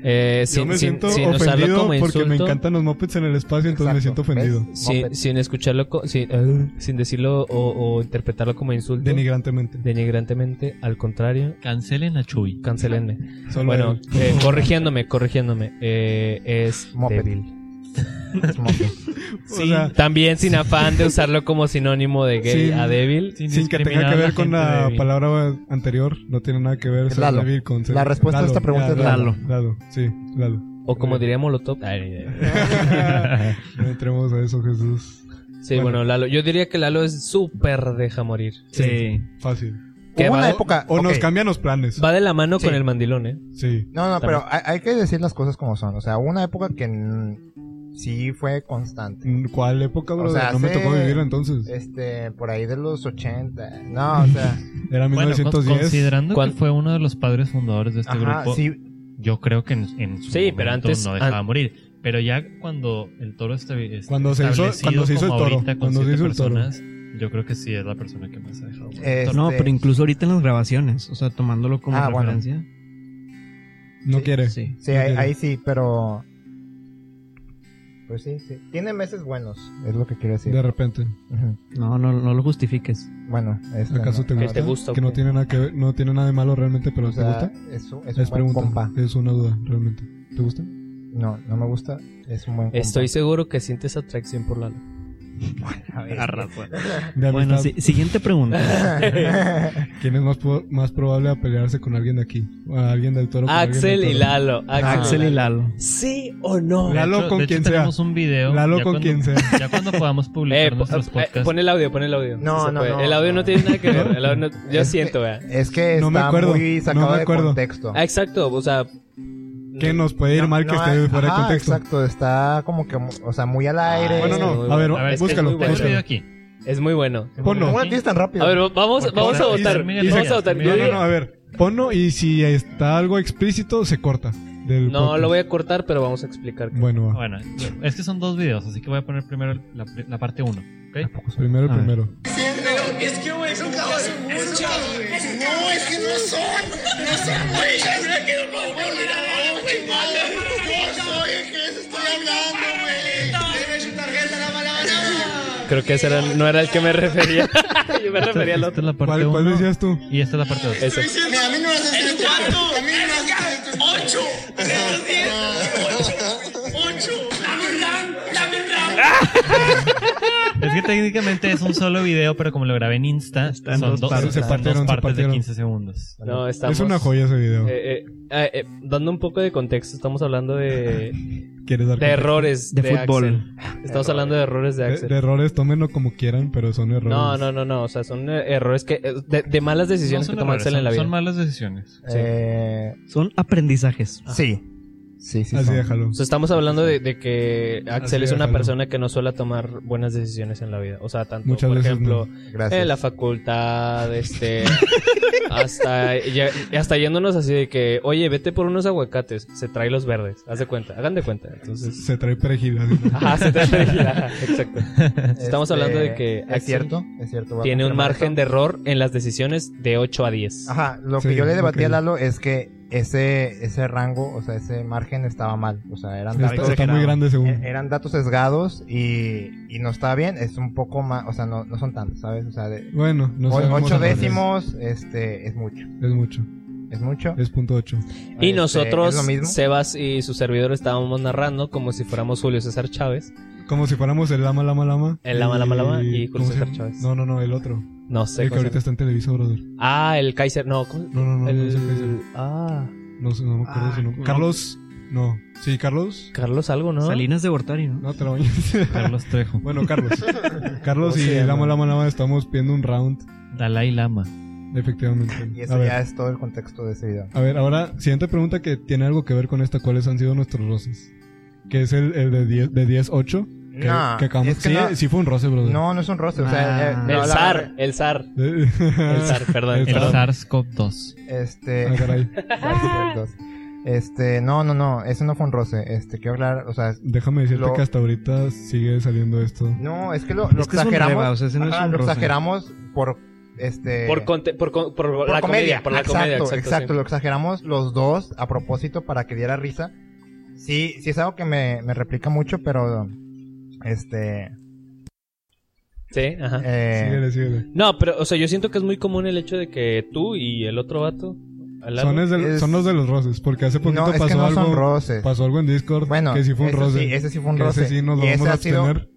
Speaker 2: Eh,
Speaker 3: Yo
Speaker 2: sin,
Speaker 3: me
Speaker 2: sin-
Speaker 3: siento
Speaker 2: sin usarlo
Speaker 3: ofendido
Speaker 2: como
Speaker 3: porque me
Speaker 2: insulto,
Speaker 3: encantan los mopeds en el espacio, entonces me siento
Speaker 5: Exacto, ¿ves?
Speaker 3: ofendido.
Speaker 2: sin,
Speaker 5: Muppets.
Speaker 2: sin escucharlo, co- sin, ah, sin decirlo o, o interpretarlo como insulto,
Speaker 3: Denigrantemente.
Speaker 2: denigrantemente, al contrario,
Speaker 4: Cancelen a Chuy.
Speaker 2: cancelenme.
Speaker 3: Solo
Speaker 2: Bueno,
Speaker 3: él.
Speaker 2: eh, corrigiéndome, corrigiéndome, eh, es
Speaker 5: Muppet.
Speaker 2: débil.
Speaker 5: Es Muppet.
Speaker 3: O sea,
Speaker 2: También sin afán de usarlo como sinónimo de gay
Speaker 3: Sin-
Speaker 2: a débil.
Speaker 3: sin que tenga
Speaker 4: discriminar a
Speaker 3: que ver con
Speaker 4: gente
Speaker 3: la
Speaker 4: débil.
Speaker 3: palabra anterior, no tiene nada que ver.
Speaker 5: Es
Speaker 3: ser
Speaker 5: Lalo.
Speaker 3: débil con ser-
Speaker 5: La respuesta a esta pregunta
Speaker 3: ya,
Speaker 5: es
Speaker 3: Lalo. Lalo, sí, Lalo.
Speaker 2: O como diría Molotov. Ay, ay, ay.
Speaker 3: No entremos a eso, Jesús.
Speaker 2: Sí, bueno.
Speaker 3: Bueno.
Speaker 2: Lalo. Yo diría que Lalo es súper deja morir.
Speaker 6: Sí.
Speaker 3: Fácil.
Speaker 2: Que
Speaker 5: Hubo
Speaker 2: va,
Speaker 5: una época.
Speaker 3: O nos
Speaker 5: ok,
Speaker 3: cambian los planes.
Speaker 2: va de la mano con
Speaker 5: Sí.
Speaker 2: el mandilón, ¿eh?
Speaker 3: Sí.
Speaker 5: No, no,
Speaker 2: También.
Speaker 5: pero hay, hay que decir las cosas como son. O sea, hubo una época que mm, sí fue constante.
Speaker 3: Mm, ¿Cuál época, bro?
Speaker 5: sea,
Speaker 3: no me
Speaker 5: hace- eh,
Speaker 3: tocó vivir entonces.
Speaker 5: Este, por ahí de los 80. No, o sea,
Speaker 2: Este
Speaker 3: Era
Speaker 4: Bueno, pues, con-
Speaker 3: 1910.
Speaker 4: considerando
Speaker 2: ¿Cuán-
Speaker 4: que fue uno de los padres fundadores de este
Speaker 5: ajá,
Speaker 4: grupo,
Speaker 5: sí,
Speaker 4: yo creo que en, en su
Speaker 2: Sí,
Speaker 4: momento
Speaker 2: pero antes-
Speaker 4: no dejaba
Speaker 2: an-
Speaker 4: morir. Pero ya cuando el toro está este,
Speaker 3: Cuando se hizo-
Speaker 4: establecido
Speaker 3: cuando se hizo el
Speaker 4: como
Speaker 3: toro,
Speaker 4: ahorita con
Speaker 3: cuando se
Speaker 4: siete
Speaker 3: hizo el toro.
Speaker 4: personas, yo creo que sí es la persona que más ha dejado. morir.
Speaker 2: Eh,
Speaker 5: este,
Speaker 6: No, pero incluso ahorita en las grabaciones, o sea, tomándolo como
Speaker 5: Ah, bueno.
Speaker 6: referencia.
Speaker 3: No
Speaker 5: Sí,
Speaker 3: quiere.
Speaker 6: Sí.
Speaker 5: Sí, ahí, ahí sí, pero. Pues sí, sí. Tiene meses buenos, es lo que quiero decir.
Speaker 3: De repente.
Speaker 5: Ujú.
Speaker 6: No, no, no lo justifiques.
Speaker 5: Bueno, este,
Speaker 3: ¿Acaso
Speaker 5: no,
Speaker 3: te
Speaker 5: no,
Speaker 3: gusta?
Speaker 2: te gusta o
Speaker 3: que no
Speaker 2: qué?
Speaker 3: tiene nada que ver, no tiene nada de malo realmente, pero
Speaker 5: o sea,
Speaker 3: ¿te gusta?
Speaker 5: Es, un- es
Speaker 3: Es
Speaker 5: un buen
Speaker 3: pregunta,
Speaker 5: compa.
Speaker 3: es una duda realmente. ¿Te gusta?
Speaker 5: No, no me gusta. Es un buen compa.
Speaker 2: Estoy seguro que sientes atracción por Lalo.
Speaker 4: pues.
Speaker 3: De
Speaker 6: Bueno,
Speaker 3: amistad,
Speaker 6: sí, siguiente pregunta.
Speaker 3: ¿Quién es más, po- más probable a pelearse con alguien de aquí? A alguien del toro. con alguien
Speaker 2: Axel
Speaker 3: del
Speaker 2: y
Speaker 3: toro.
Speaker 2: Lalo.
Speaker 6: Axel y Lalo.
Speaker 2: ¿Sí o no?
Speaker 3: Lalo
Speaker 4: De hecho-
Speaker 3: con
Speaker 4: de hecho
Speaker 3: quien sea.
Speaker 4: tenemos un video.
Speaker 3: Lalo
Speaker 4: ya
Speaker 3: con
Speaker 4: cuando-
Speaker 3: quien sea.
Speaker 4: Ya cuando podamos publicar
Speaker 2: Eh, po-
Speaker 4: nuestros
Speaker 2: eh,
Speaker 4: podcasts.
Speaker 2: pon el audio, pon el audio.
Speaker 5: No,
Speaker 2: Sí se
Speaker 5: no,
Speaker 2: puede.
Speaker 5: no.
Speaker 2: El audio no tiene nada que ver. el audio no- yo
Speaker 5: Es
Speaker 2: siento, vea.
Speaker 5: Es que
Speaker 3: No me
Speaker 5: está
Speaker 3: acuerdo,
Speaker 5: muy
Speaker 3: no
Speaker 5: sacado
Speaker 3: me
Speaker 5: de
Speaker 3: acuerdo.
Speaker 5: contexto.
Speaker 2: Ah, exacto, o sea.
Speaker 3: Que nos puede ir
Speaker 5: No,
Speaker 3: mal que
Speaker 5: no,
Speaker 3: esté fuera
Speaker 5: ajá,
Speaker 3: de contexto.
Speaker 5: Exacto, está como que, mu- o sea, muy al aire. Eh,
Speaker 3: Bueno, no,
Speaker 2: Muy
Speaker 3: a ver,
Speaker 2: bueno.
Speaker 4: A ver, es que
Speaker 3: búscalo.
Speaker 2: es muy
Speaker 4: Tengo el
Speaker 2: bueno.
Speaker 4: video
Speaker 3: búscalo.
Speaker 4: aquí.
Speaker 2: Es muy bueno.
Speaker 3: Ponlo.
Speaker 5: ¿Cómo lo tienes tan rápido?
Speaker 2: A ver, vamos,
Speaker 4: Por
Speaker 2: vamos a
Speaker 4: favor,
Speaker 2: votar.
Speaker 4: Isaac, Isaac,
Speaker 2: Vamos a votar.
Speaker 4: Isaac,
Speaker 2: Yo
Speaker 3: No, no,
Speaker 2: digo-
Speaker 3: no, a ver. Ponlo y si está algo explícito, se corta. Del
Speaker 2: No,
Speaker 3: podcast.
Speaker 2: lo voy a cortar, pero vamos a explicar. que-
Speaker 3: Bueno, va.
Speaker 4: Bueno, es que son dos videos, así que voy a poner primero la, la parte 1. ¿ok?
Speaker 3: primero, el
Speaker 6: A ver.
Speaker 3: primero.
Speaker 7: Es que, güey, son mucho, güey. No, es que no son. No son, güey. Ya se me quedó como por mirador, güey. No soy el que les estoy hablando, güey. Deme su tarjeta, la mala banana.
Speaker 2: Creo que ese era- no era el que me refería. Yo me refería al
Speaker 4: Esta
Speaker 2: otro.
Speaker 4: Este es la parte
Speaker 3: ¿Cuál, cuál
Speaker 4: 1
Speaker 3: decías tú?
Speaker 4: y esta es la parte 2.
Speaker 2: Ese.
Speaker 7: Mira, a mí no me haces esto. A mí no me haces esto. Ocho. Ocho. Dame un round. Dame un round.
Speaker 4: Es que técnicamente es un solo video, pero como lo grabé en Insta,
Speaker 6: Está en
Speaker 4: son
Speaker 6: dos
Speaker 4: dos,
Speaker 6: partes.
Speaker 4: son
Speaker 3: Se
Speaker 4: dos
Speaker 3: partieron, se
Speaker 4: partes de
Speaker 3: partieron.
Speaker 4: 15 segundos.
Speaker 2: No, estamos.
Speaker 3: Es una joya ese video.
Speaker 2: eh, eh, eh, eh, dando un poco de contexto, estamos hablando de,
Speaker 3: ¿Quieres dar
Speaker 2: de errores
Speaker 6: De
Speaker 2: de,
Speaker 6: fútbol.
Speaker 2: Axel. Estamos hablando de errores de
Speaker 3: De,
Speaker 2: Axel.
Speaker 3: de errores, tómenlo como quieran, pero son errores.
Speaker 2: No, no, no, no. O sea, son eh, errores que. eh, De, de malas
Speaker 4: No
Speaker 2: decisiones
Speaker 4: son
Speaker 2: que toma
Speaker 4: errores,
Speaker 2: Axel en la
Speaker 4: son-
Speaker 2: vida.
Speaker 4: son malas decisiones.
Speaker 5: Eh,
Speaker 6: Son aprendizajes.
Speaker 5: Ah. sí. Sí, sí.
Speaker 3: Así
Speaker 5: son.
Speaker 3: déjalo.
Speaker 2: O sea, estamos hablando de, de que Axel
Speaker 3: Así
Speaker 2: es una
Speaker 3: déjalo.
Speaker 2: persona que no suele tomar buenas decisiones en la vida. O sea, tanto,
Speaker 3: Muchas
Speaker 2: por
Speaker 3: veces
Speaker 2: ejemplo,
Speaker 5: Gracias.
Speaker 2: en Eh, la facultad, este. hasta, ya- hasta yéndonos así de que, oye, vete por unos aguacates. Se trae los verdes. Haz de cuenta, hagan de cuenta. Entonces.
Speaker 3: Se trae perejil. así.
Speaker 2: Ajá, se trae ajá, Exacto. Estamos
Speaker 5: Este,
Speaker 2: hablando de que
Speaker 5: Es
Speaker 2: Axel
Speaker 5: cierto, es cierto. voy a
Speaker 2: Tiene un
Speaker 5: confirmar
Speaker 2: margen
Speaker 5: esto.
Speaker 2: de error en las decisiones de 8 a 10.
Speaker 5: Ajá, lo
Speaker 3: Sí,
Speaker 5: que yo le debatí
Speaker 3: ok.
Speaker 5: a Lalo es que ese, ese rango, o sea, ese margen estaba mal. O sea, eran
Speaker 3: Está,
Speaker 5: datos,
Speaker 3: está muy grande
Speaker 5: e-
Speaker 3: según.
Speaker 5: eran datos sesgados y, y no estaba bien. Es un poco más, o sea, no, no son tantos, ¿sabes? O sea, de,
Speaker 3: Bueno, no
Speaker 5: o-
Speaker 3: sabemos
Speaker 5: ocho
Speaker 3: errores.
Speaker 5: décimos, este, es mucho.
Speaker 3: Es mucho.
Speaker 5: Es mucho.
Speaker 3: Es punto ocho.
Speaker 2: Y
Speaker 5: Este,
Speaker 2: nosotros,
Speaker 5: ¿es lo mismo?
Speaker 2: Sebas y su servidor, estábamos narrando como si fuéramos Julio César Chávez.
Speaker 3: Como si fuéramos el Lama Lama Lama.
Speaker 2: El Lama, Lama, Lama y
Speaker 3: ¿cómo
Speaker 2: Julio
Speaker 3: se
Speaker 2: César
Speaker 3: llama?
Speaker 2: Chávez.
Speaker 3: No, no, no, el otro.
Speaker 2: No sé.
Speaker 3: el que
Speaker 2: cómo se
Speaker 3: ahorita está en Televisa, brother.
Speaker 2: llama. Ah, el Kaiser. No, ¿cómo?
Speaker 3: No, no, no. no,
Speaker 2: el...
Speaker 3: es el Kaiser.
Speaker 2: Ah,
Speaker 3: No, sé, no me acuerdo
Speaker 6: Ah,
Speaker 3: su nombre.
Speaker 6: no.
Speaker 3: Carlos. No. Sí, Carlos.
Speaker 2: Carlos algo, ¿no?
Speaker 6: Salinas de Gortari, ¿no?
Speaker 3: No te lo bañes.
Speaker 4: Carlos Trejo.
Speaker 3: bueno, Carlos. Carlos
Speaker 2: ¿Cómo
Speaker 3: y
Speaker 2: se llama?
Speaker 3: Lama Lama Lama estamos pidiendo un round.
Speaker 4: Dalai Lama.
Speaker 5: Y
Speaker 3: Efectivamente. A
Speaker 5: eso
Speaker 3: ver.
Speaker 5: ya es todo el contexto de ese video.
Speaker 3: A ver, ahora, siguiente pregunta que tiene algo que ver con esta. ¿Cuáles han sido nuestros roces? Que es el, el de 10 de 10 8 que,
Speaker 5: No,
Speaker 3: que acabamos.
Speaker 5: es que
Speaker 3: sí, eh,
Speaker 5: no-
Speaker 3: sí fue un roce, brother.
Speaker 5: No, no es un roster. O sea,
Speaker 6: Ah.
Speaker 5: eh, no,
Speaker 2: El
Speaker 5: la-
Speaker 2: zar, el zar. El zar, perdón.
Speaker 3: El
Speaker 4: El
Speaker 2: perdón.
Speaker 4: SARS-CoV-2.
Speaker 5: Este.
Speaker 3: Ah, caray.
Speaker 5: Dos. Este, no, no, no, eso no fue un roce. Este, quiero hablar, o sea,
Speaker 3: Déjame decirte
Speaker 5: Lo-
Speaker 3: que hasta ahorita sigue saliendo esto.
Speaker 5: no, es que lo, lo
Speaker 6: Es que es un
Speaker 5: exageramos.
Speaker 6: reba, o sea, ese no es
Speaker 5: Ajá,
Speaker 6: un
Speaker 5: lo
Speaker 6: roce.
Speaker 5: exageramos por este
Speaker 2: Por, conte- por, con- por
Speaker 5: por
Speaker 2: la comedia. Por la
Speaker 5: exacto,
Speaker 2: comedia,
Speaker 5: exacto,
Speaker 2: exacto. sí.
Speaker 5: lo exageramos los dos a propósito para que diera risa. Sí, sí es algo que me, me replica mucho, pero este
Speaker 2: Sí,
Speaker 3: Ah,
Speaker 2: ajá.
Speaker 5: eh,
Speaker 3: Síguele, síguele.
Speaker 2: No, pero, o sea, yo siento que es muy común el hecho de que tú y el otro vato. al
Speaker 3: Son,
Speaker 2: lado-
Speaker 3: es del-
Speaker 5: es-
Speaker 3: son los de los roces, porque hace poquito
Speaker 5: no, es
Speaker 3: pasó
Speaker 5: que no
Speaker 3: algo.
Speaker 5: son roces.
Speaker 3: Pasó algo en Discord
Speaker 5: Bueno,
Speaker 3: que sí fue un
Speaker 5: eso
Speaker 3: roce.
Speaker 5: sí, ese sí fue un
Speaker 3: que
Speaker 5: roce.
Speaker 3: Ese sí nos lo
Speaker 5: Y ese
Speaker 3: vamos a
Speaker 5: ha sido-
Speaker 3: abstener.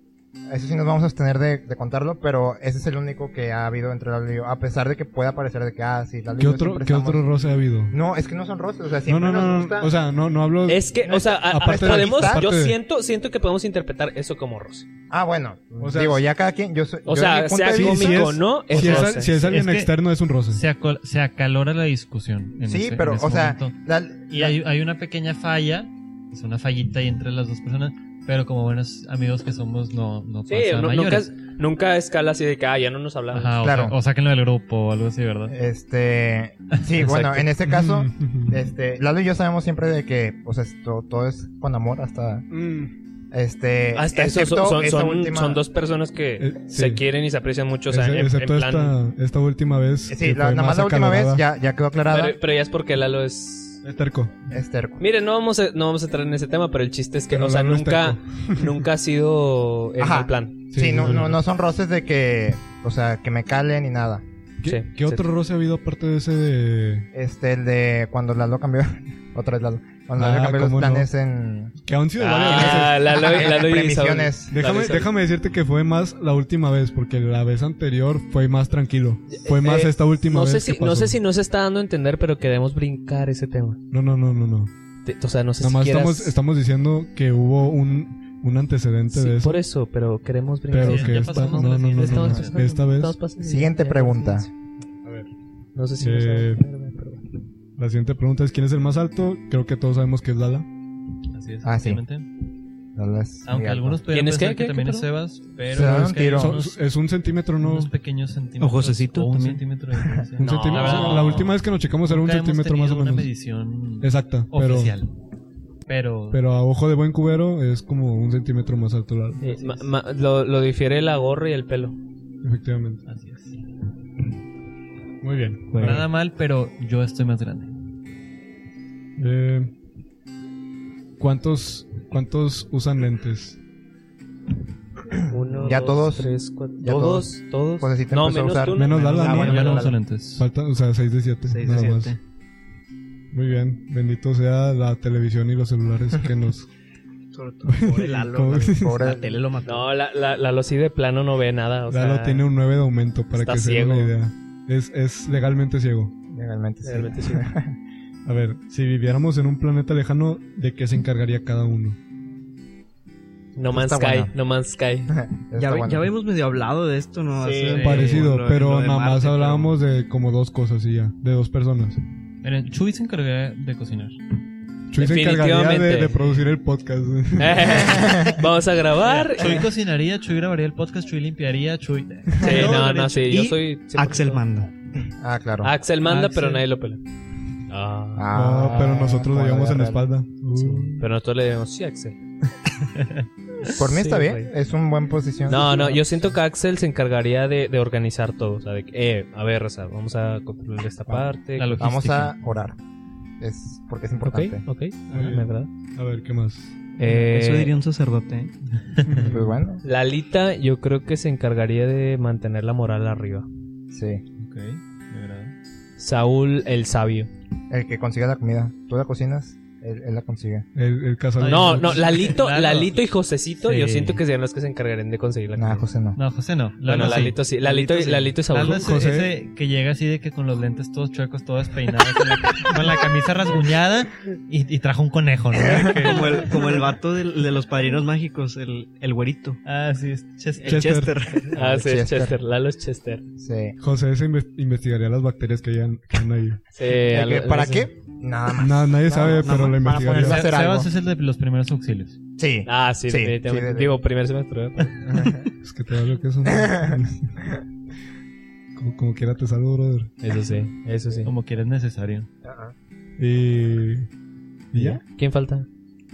Speaker 5: Eso sí nos vamos a abstener de, de contarlo, pero ese es el único que ha habido entre Lalo y yo, a pesar de que pueda parecer de que, ah, sí, Lalo y
Speaker 3: ¿Qué
Speaker 5: yo
Speaker 3: otro,
Speaker 5: siempre
Speaker 3: ¿qué
Speaker 5: estamos-
Speaker 3: otro roce ha habido?
Speaker 5: No, es que no son roces, o sea,
Speaker 3: No,
Speaker 5: siempre
Speaker 3: no,
Speaker 5: nos
Speaker 3: no,
Speaker 5: gusta...
Speaker 3: no. O sea, no, no hablo.
Speaker 2: Es que, o sea, a- a-
Speaker 3: Aparte de-
Speaker 2: podemos, yo
Speaker 3: aparte de-
Speaker 2: siento, siento que podemos interpretar eso como roce.
Speaker 5: ah, bueno,
Speaker 3: O sea,
Speaker 5: digo, ya cada quien, yo soy...
Speaker 2: O
Speaker 5: yo en mi
Speaker 2: sea,
Speaker 5: punto
Speaker 2: sea
Speaker 5: de
Speaker 3: Sí,
Speaker 2: cómico
Speaker 5: vista-
Speaker 3: sí es-
Speaker 2: o no, es
Speaker 3: si, es,
Speaker 2: roce.
Speaker 3: si es alguien
Speaker 4: que-
Speaker 3: externo, es un roce.
Speaker 4: Se, acol- se acalora la discusión. en
Speaker 5: Sí,
Speaker 4: ese-
Speaker 5: pero,
Speaker 4: en ese
Speaker 5: o sea,
Speaker 4: momento.
Speaker 5: la-
Speaker 4: Y hay, hay una pequeña falla, es una fallita ahí entre las dos personas, pero como buenos amigos que somos, no, no
Speaker 2: Sí,
Speaker 4: pasa a
Speaker 2: no- nunca,
Speaker 4: mayores.
Speaker 2: nunca escala así de que, ah, ya no nos hablamos.
Speaker 4: Ajá, o,
Speaker 5: Claro.
Speaker 4: sa- o sáquenlo del grupo o algo así, ¿verdad?
Speaker 5: Este, sí, bueno, en este caso,
Speaker 3: Mm.
Speaker 5: este, Lalo y yo sabemos siempre de que, o sea, to- todo, es con amor hasta,
Speaker 3: Mm.
Speaker 5: este,
Speaker 2: Hasta eso
Speaker 5: excepto
Speaker 2: son, son-
Speaker 5: esa
Speaker 2: son-
Speaker 5: última-
Speaker 2: son dos personas que
Speaker 3: Eh, sí.
Speaker 2: se quieren y se aprecian mucho. O sea,
Speaker 3: Ese-
Speaker 2: en- en,
Speaker 3: excepto
Speaker 2: plan.
Speaker 3: esta, esta última vez.
Speaker 5: Sí,
Speaker 3: que
Speaker 5: la,
Speaker 3: fue
Speaker 5: nada más la última vez
Speaker 3: acalorada.
Speaker 5: ya, ya quedó aclarada, este,
Speaker 2: Pero, pero ya es porque Lalo es.
Speaker 3: Es terco.
Speaker 5: es terco.
Speaker 2: Mire, no vamos a, no vamos a entrar en ese tema, pero el chiste es que,
Speaker 3: Pero
Speaker 2: o sea,
Speaker 3: Lalo es
Speaker 2: nunca, nunca ha sido en
Speaker 5: Ajá.
Speaker 2: el plan.
Speaker 5: Sí, no, no, no son roces de que, o sea, que me calen ni nada.
Speaker 3: ¿Qué,
Speaker 2: Sí,
Speaker 3: qué
Speaker 2: sí.
Speaker 3: otro roce ha habido aparte de ese de.
Speaker 5: Este, el de cuando Lalo cambió, otra vez Lalo, cuando
Speaker 3: Ah,
Speaker 5: Lalo cambió los
Speaker 3: cómo no.
Speaker 5: planes en,
Speaker 3: Que han sido varias veces.
Speaker 2: Ah, Lalo,
Speaker 5: en- en
Speaker 2: Lalo y
Speaker 5: previsiones.
Speaker 2: Saúl. Lalo
Speaker 3: Déjame,
Speaker 2: y Saúl.
Speaker 3: déjame decirte que fue más la última vez, porque la vez anterior fue más tranquilo. Fue más
Speaker 2: Eh,
Speaker 3: esta última
Speaker 2: No
Speaker 3: vez.
Speaker 2: sé,
Speaker 3: que
Speaker 2: si, no sé
Speaker 3: pasó.
Speaker 2: si no se está dando a entender, pero queremos brincar ese tema.
Speaker 3: No, no, no, no. no.
Speaker 2: Te- o sea, no sé
Speaker 3: Nada
Speaker 2: si
Speaker 3: más
Speaker 2: quieras...
Speaker 3: estamos, estamos diciendo que hubo un, un antecedente
Speaker 2: Sí,
Speaker 3: de eso.
Speaker 2: por eso, pero queremos brincar.
Speaker 3: Pero
Speaker 4: Sí,
Speaker 3: que
Speaker 4: ya
Speaker 3: esta. No,
Speaker 4: pasamos
Speaker 3: no,
Speaker 4: la
Speaker 3: no, no,
Speaker 4: siguiente.
Speaker 3: no,
Speaker 2: Estamos
Speaker 4: no,
Speaker 2: pasando-
Speaker 3: Esta vez,
Speaker 2: estamos pasando-
Speaker 5: Siguiente pregunta.
Speaker 3: A ver.
Speaker 2: No sé si
Speaker 3: Eh,
Speaker 2: nos va a entender, pero bueno.
Speaker 3: la siguiente pregunta es: ¿quién es el más alto? Creo que todos sabemos que es Lala.
Speaker 4: Así es,
Speaker 5: Ah, sí.
Speaker 4: obviamente.
Speaker 5: Lalo es muy
Speaker 4: Aunque
Speaker 5: alto.
Speaker 4: algunos podrían
Speaker 2: ¿Quién es
Speaker 4: pensar
Speaker 2: qué?
Speaker 4: que
Speaker 2: ¿Qué?
Speaker 4: también
Speaker 2: ¿Qué,
Speaker 4: es Sebas, pero
Speaker 5: Se dan
Speaker 4: es que hay
Speaker 5: tiro.
Speaker 3: Son-
Speaker 4: unos,
Speaker 3: es un centímetro, no.
Speaker 4: unos pequeños centímetros.
Speaker 6: Josecito
Speaker 4: o un
Speaker 6: también.
Speaker 4: centímetro de diferencia.
Speaker 3: Un
Speaker 4: No,
Speaker 3: centímetro.
Speaker 4: verdad,
Speaker 3: la
Speaker 4: no.
Speaker 3: última vez que nos checamos era un
Speaker 4: Nunca hemos
Speaker 3: centímetro más o
Speaker 4: tenido
Speaker 3: menos.
Speaker 4: una medición
Speaker 3: Exacta, pero,
Speaker 4: oficial. Pero,
Speaker 3: pero a ojo de buen cubero es como un centímetro más alto, Lala.
Speaker 2: Eh, ma- ma- lo, lo difiere la gorra y el pelo.
Speaker 3: Efectivamente.
Speaker 4: así es.
Speaker 3: Muy bien.
Speaker 4: Nada mal, pero yo estoy más grande.
Speaker 3: Eh, ¿cuántos, ¿Cuántos usan lentes?
Speaker 2: Uno,
Speaker 5: Ya
Speaker 2: dos,
Speaker 5: todos.
Speaker 2: tres, cuatro-
Speaker 5: Ya
Speaker 2: todos, todos.
Speaker 5: Pues así te
Speaker 2: no,
Speaker 5: empezó a
Speaker 2: menos
Speaker 5: usar.
Speaker 2: tú. ¿no?
Speaker 3: Menos Lala,
Speaker 5: Ah,
Speaker 3: ¿no?
Speaker 5: bueno,
Speaker 4: ya no
Speaker 5: menos
Speaker 4: uso
Speaker 5: Lala.
Speaker 4: lentes.
Speaker 3: Falta, o sea, 6 de 7.
Speaker 6: Seis de
Speaker 3: nada
Speaker 6: siete.
Speaker 3: más. Muy bien. Bendito sea la televisión y los celulares que nos.
Speaker 6: Sobre todo, pobre Lalo.
Speaker 3: ¿Cómo
Speaker 6: la-
Speaker 3: dices?
Speaker 5: Pobre-
Speaker 6: La tele lo mató.
Speaker 2: No, la, la, Lalo sí de plano no ve nada. O
Speaker 3: Lalo
Speaker 2: sea,
Speaker 3: tiene un 9 de aumento para
Speaker 2: está
Speaker 3: que se den una
Speaker 2: ciego.
Speaker 3: idea. Es, es legalmente ciego.
Speaker 5: Legalmente, sí.
Speaker 2: realmente sí.
Speaker 3: A ver, si viviéramos en un planeta lejano, ¿de qué se encargaría cada uno?
Speaker 2: No Man's
Speaker 5: Está
Speaker 2: Sky,
Speaker 5: buena.
Speaker 2: no Man's Sky.
Speaker 5: Eso
Speaker 6: Ya,
Speaker 5: está
Speaker 6: ve-
Speaker 5: bueno.
Speaker 6: ya habíamos medio hablado de esto, ¿no?
Speaker 4: Sí,
Speaker 6: Hace-
Speaker 4: Eh,
Speaker 3: Parecido,
Speaker 6: lo- lo
Speaker 3: pero
Speaker 6: de
Speaker 3: nada más
Speaker 6: Marte, pero-
Speaker 3: hablábamos de como dos cosas y ya, de dos personas.
Speaker 4: Miren, Chuy se encargará de cocinar.
Speaker 3: Chuy se encargaría de,
Speaker 2: Definitivamente.
Speaker 3: de producir el podcast.
Speaker 2: Vamos a grabar.
Speaker 4: Chuy
Speaker 3: Eh.
Speaker 4: cocinaría, Chuy grabaría el podcast, Chuy limpiaría, Chuy...
Speaker 2: Sí, no, no, sí, yo
Speaker 6: Y
Speaker 2: soy... 100%.
Speaker 6: Axel manda.
Speaker 5: Ah, claro.
Speaker 2: Axel manda,
Speaker 4: Axel.
Speaker 2: pero nadie lo pela. Ah.
Speaker 3: No, pero nosotros
Speaker 5: como
Speaker 3: lo llevamos en la
Speaker 5: vida real.
Speaker 3: espalda. Uh,
Speaker 2: Pero nosotros le decimos, sí, Axel.
Speaker 5: Por mí está
Speaker 2: Sí,
Speaker 5: bien,
Speaker 2: güey.
Speaker 5: es un buen posición.
Speaker 2: No, no, yo siento que Axel se encargaría de, de organizar todo. O sea, de que, eh, a ver, Raza, vamos a controlar esta parte.
Speaker 4: La logística.
Speaker 5: Vamos a orar. Es porque es
Speaker 2: Ok,
Speaker 5: importante.
Speaker 2: ok,
Speaker 3: Muy bien.
Speaker 2: ah, ¿verdad?
Speaker 3: A ver, ¿qué más?
Speaker 2: Eh,
Speaker 6: Eso diría un sacerdote. ¿eh?
Speaker 5: Pues bueno,
Speaker 2: Lalita yo creo que se encargaría de mantener la moral arriba.
Speaker 5: sí.
Speaker 4: Ok, de verdad.
Speaker 2: Saúl el sabio.
Speaker 5: El que consiga la comida. ¿Tú la cocinas? Él, él la consigue.
Speaker 3: El, el caso de-
Speaker 2: No, no, Lalito,
Speaker 4: Claro.
Speaker 2: Lalito y Josecito
Speaker 4: Sí.
Speaker 2: yo siento que serían los que se encargarían de conseguir la
Speaker 5: Nada,
Speaker 2: comida.
Speaker 5: José no.
Speaker 4: No, José no. Lalo
Speaker 2: Bueno,
Speaker 4: sí.
Speaker 2: Lalito sí, Lalito,
Speaker 4: Lalito
Speaker 2: y-
Speaker 4: sí.
Speaker 2: Lalito y Saúl.
Speaker 4: Lalo es
Speaker 3: José.
Speaker 4: ese que llega así de que con los lentes todos chuecos, todo despeinado, con la, con la camisa rasguñada y, y trajo un conejo, ¿no?
Speaker 6: Como el, como el vato del- de los padrinos mágicos, el, el güerito.
Speaker 4: Ah, sí, es Chester.
Speaker 6: El
Speaker 3: Chester.
Speaker 6: Chester.
Speaker 2: Ah, sí, Eh, es
Speaker 5: Chester.
Speaker 2: Chester, Lalo es Chester.
Speaker 5: Sí.
Speaker 3: José se inves- investigaría las bacterias que hayan, que hayan ahí.
Speaker 2: Sí,
Speaker 5: ¿El que-
Speaker 2: algo-
Speaker 5: ¿Para
Speaker 2: sí.
Speaker 5: qué? Nada más.
Speaker 3: Na- nadie
Speaker 5: No,
Speaker 3: sabe,
Speaker 5: no,
Speaker 3: pero
Speaker 5: no,
Speaker 3: la
Speaker 5: van a poner-
Speaker 3: investigaría.
Speaker 5: Va a hacer
Speaker 4: Sebas
Speaker 5: algo.
Speaker 4: es el de los primeros auxilios.
Speaker 5: Sí.
Speaker 2: Ah, sí,
Speaker 5: Sí,
Speaker 2: definitivamente.
Speaker 5: sí, de-
Speaker 2: Digo, primer semestre. ¿verdad?
Speaker 3: Es que te da lo que es un- como, como quiera te salvo, brother.
Speaker 2: Eso sí, eso sí.
Speaker 4: Como quieras necesario.
Speaker 3: Y. ¿Y ya?
Speaker 2: ¿Quién falta?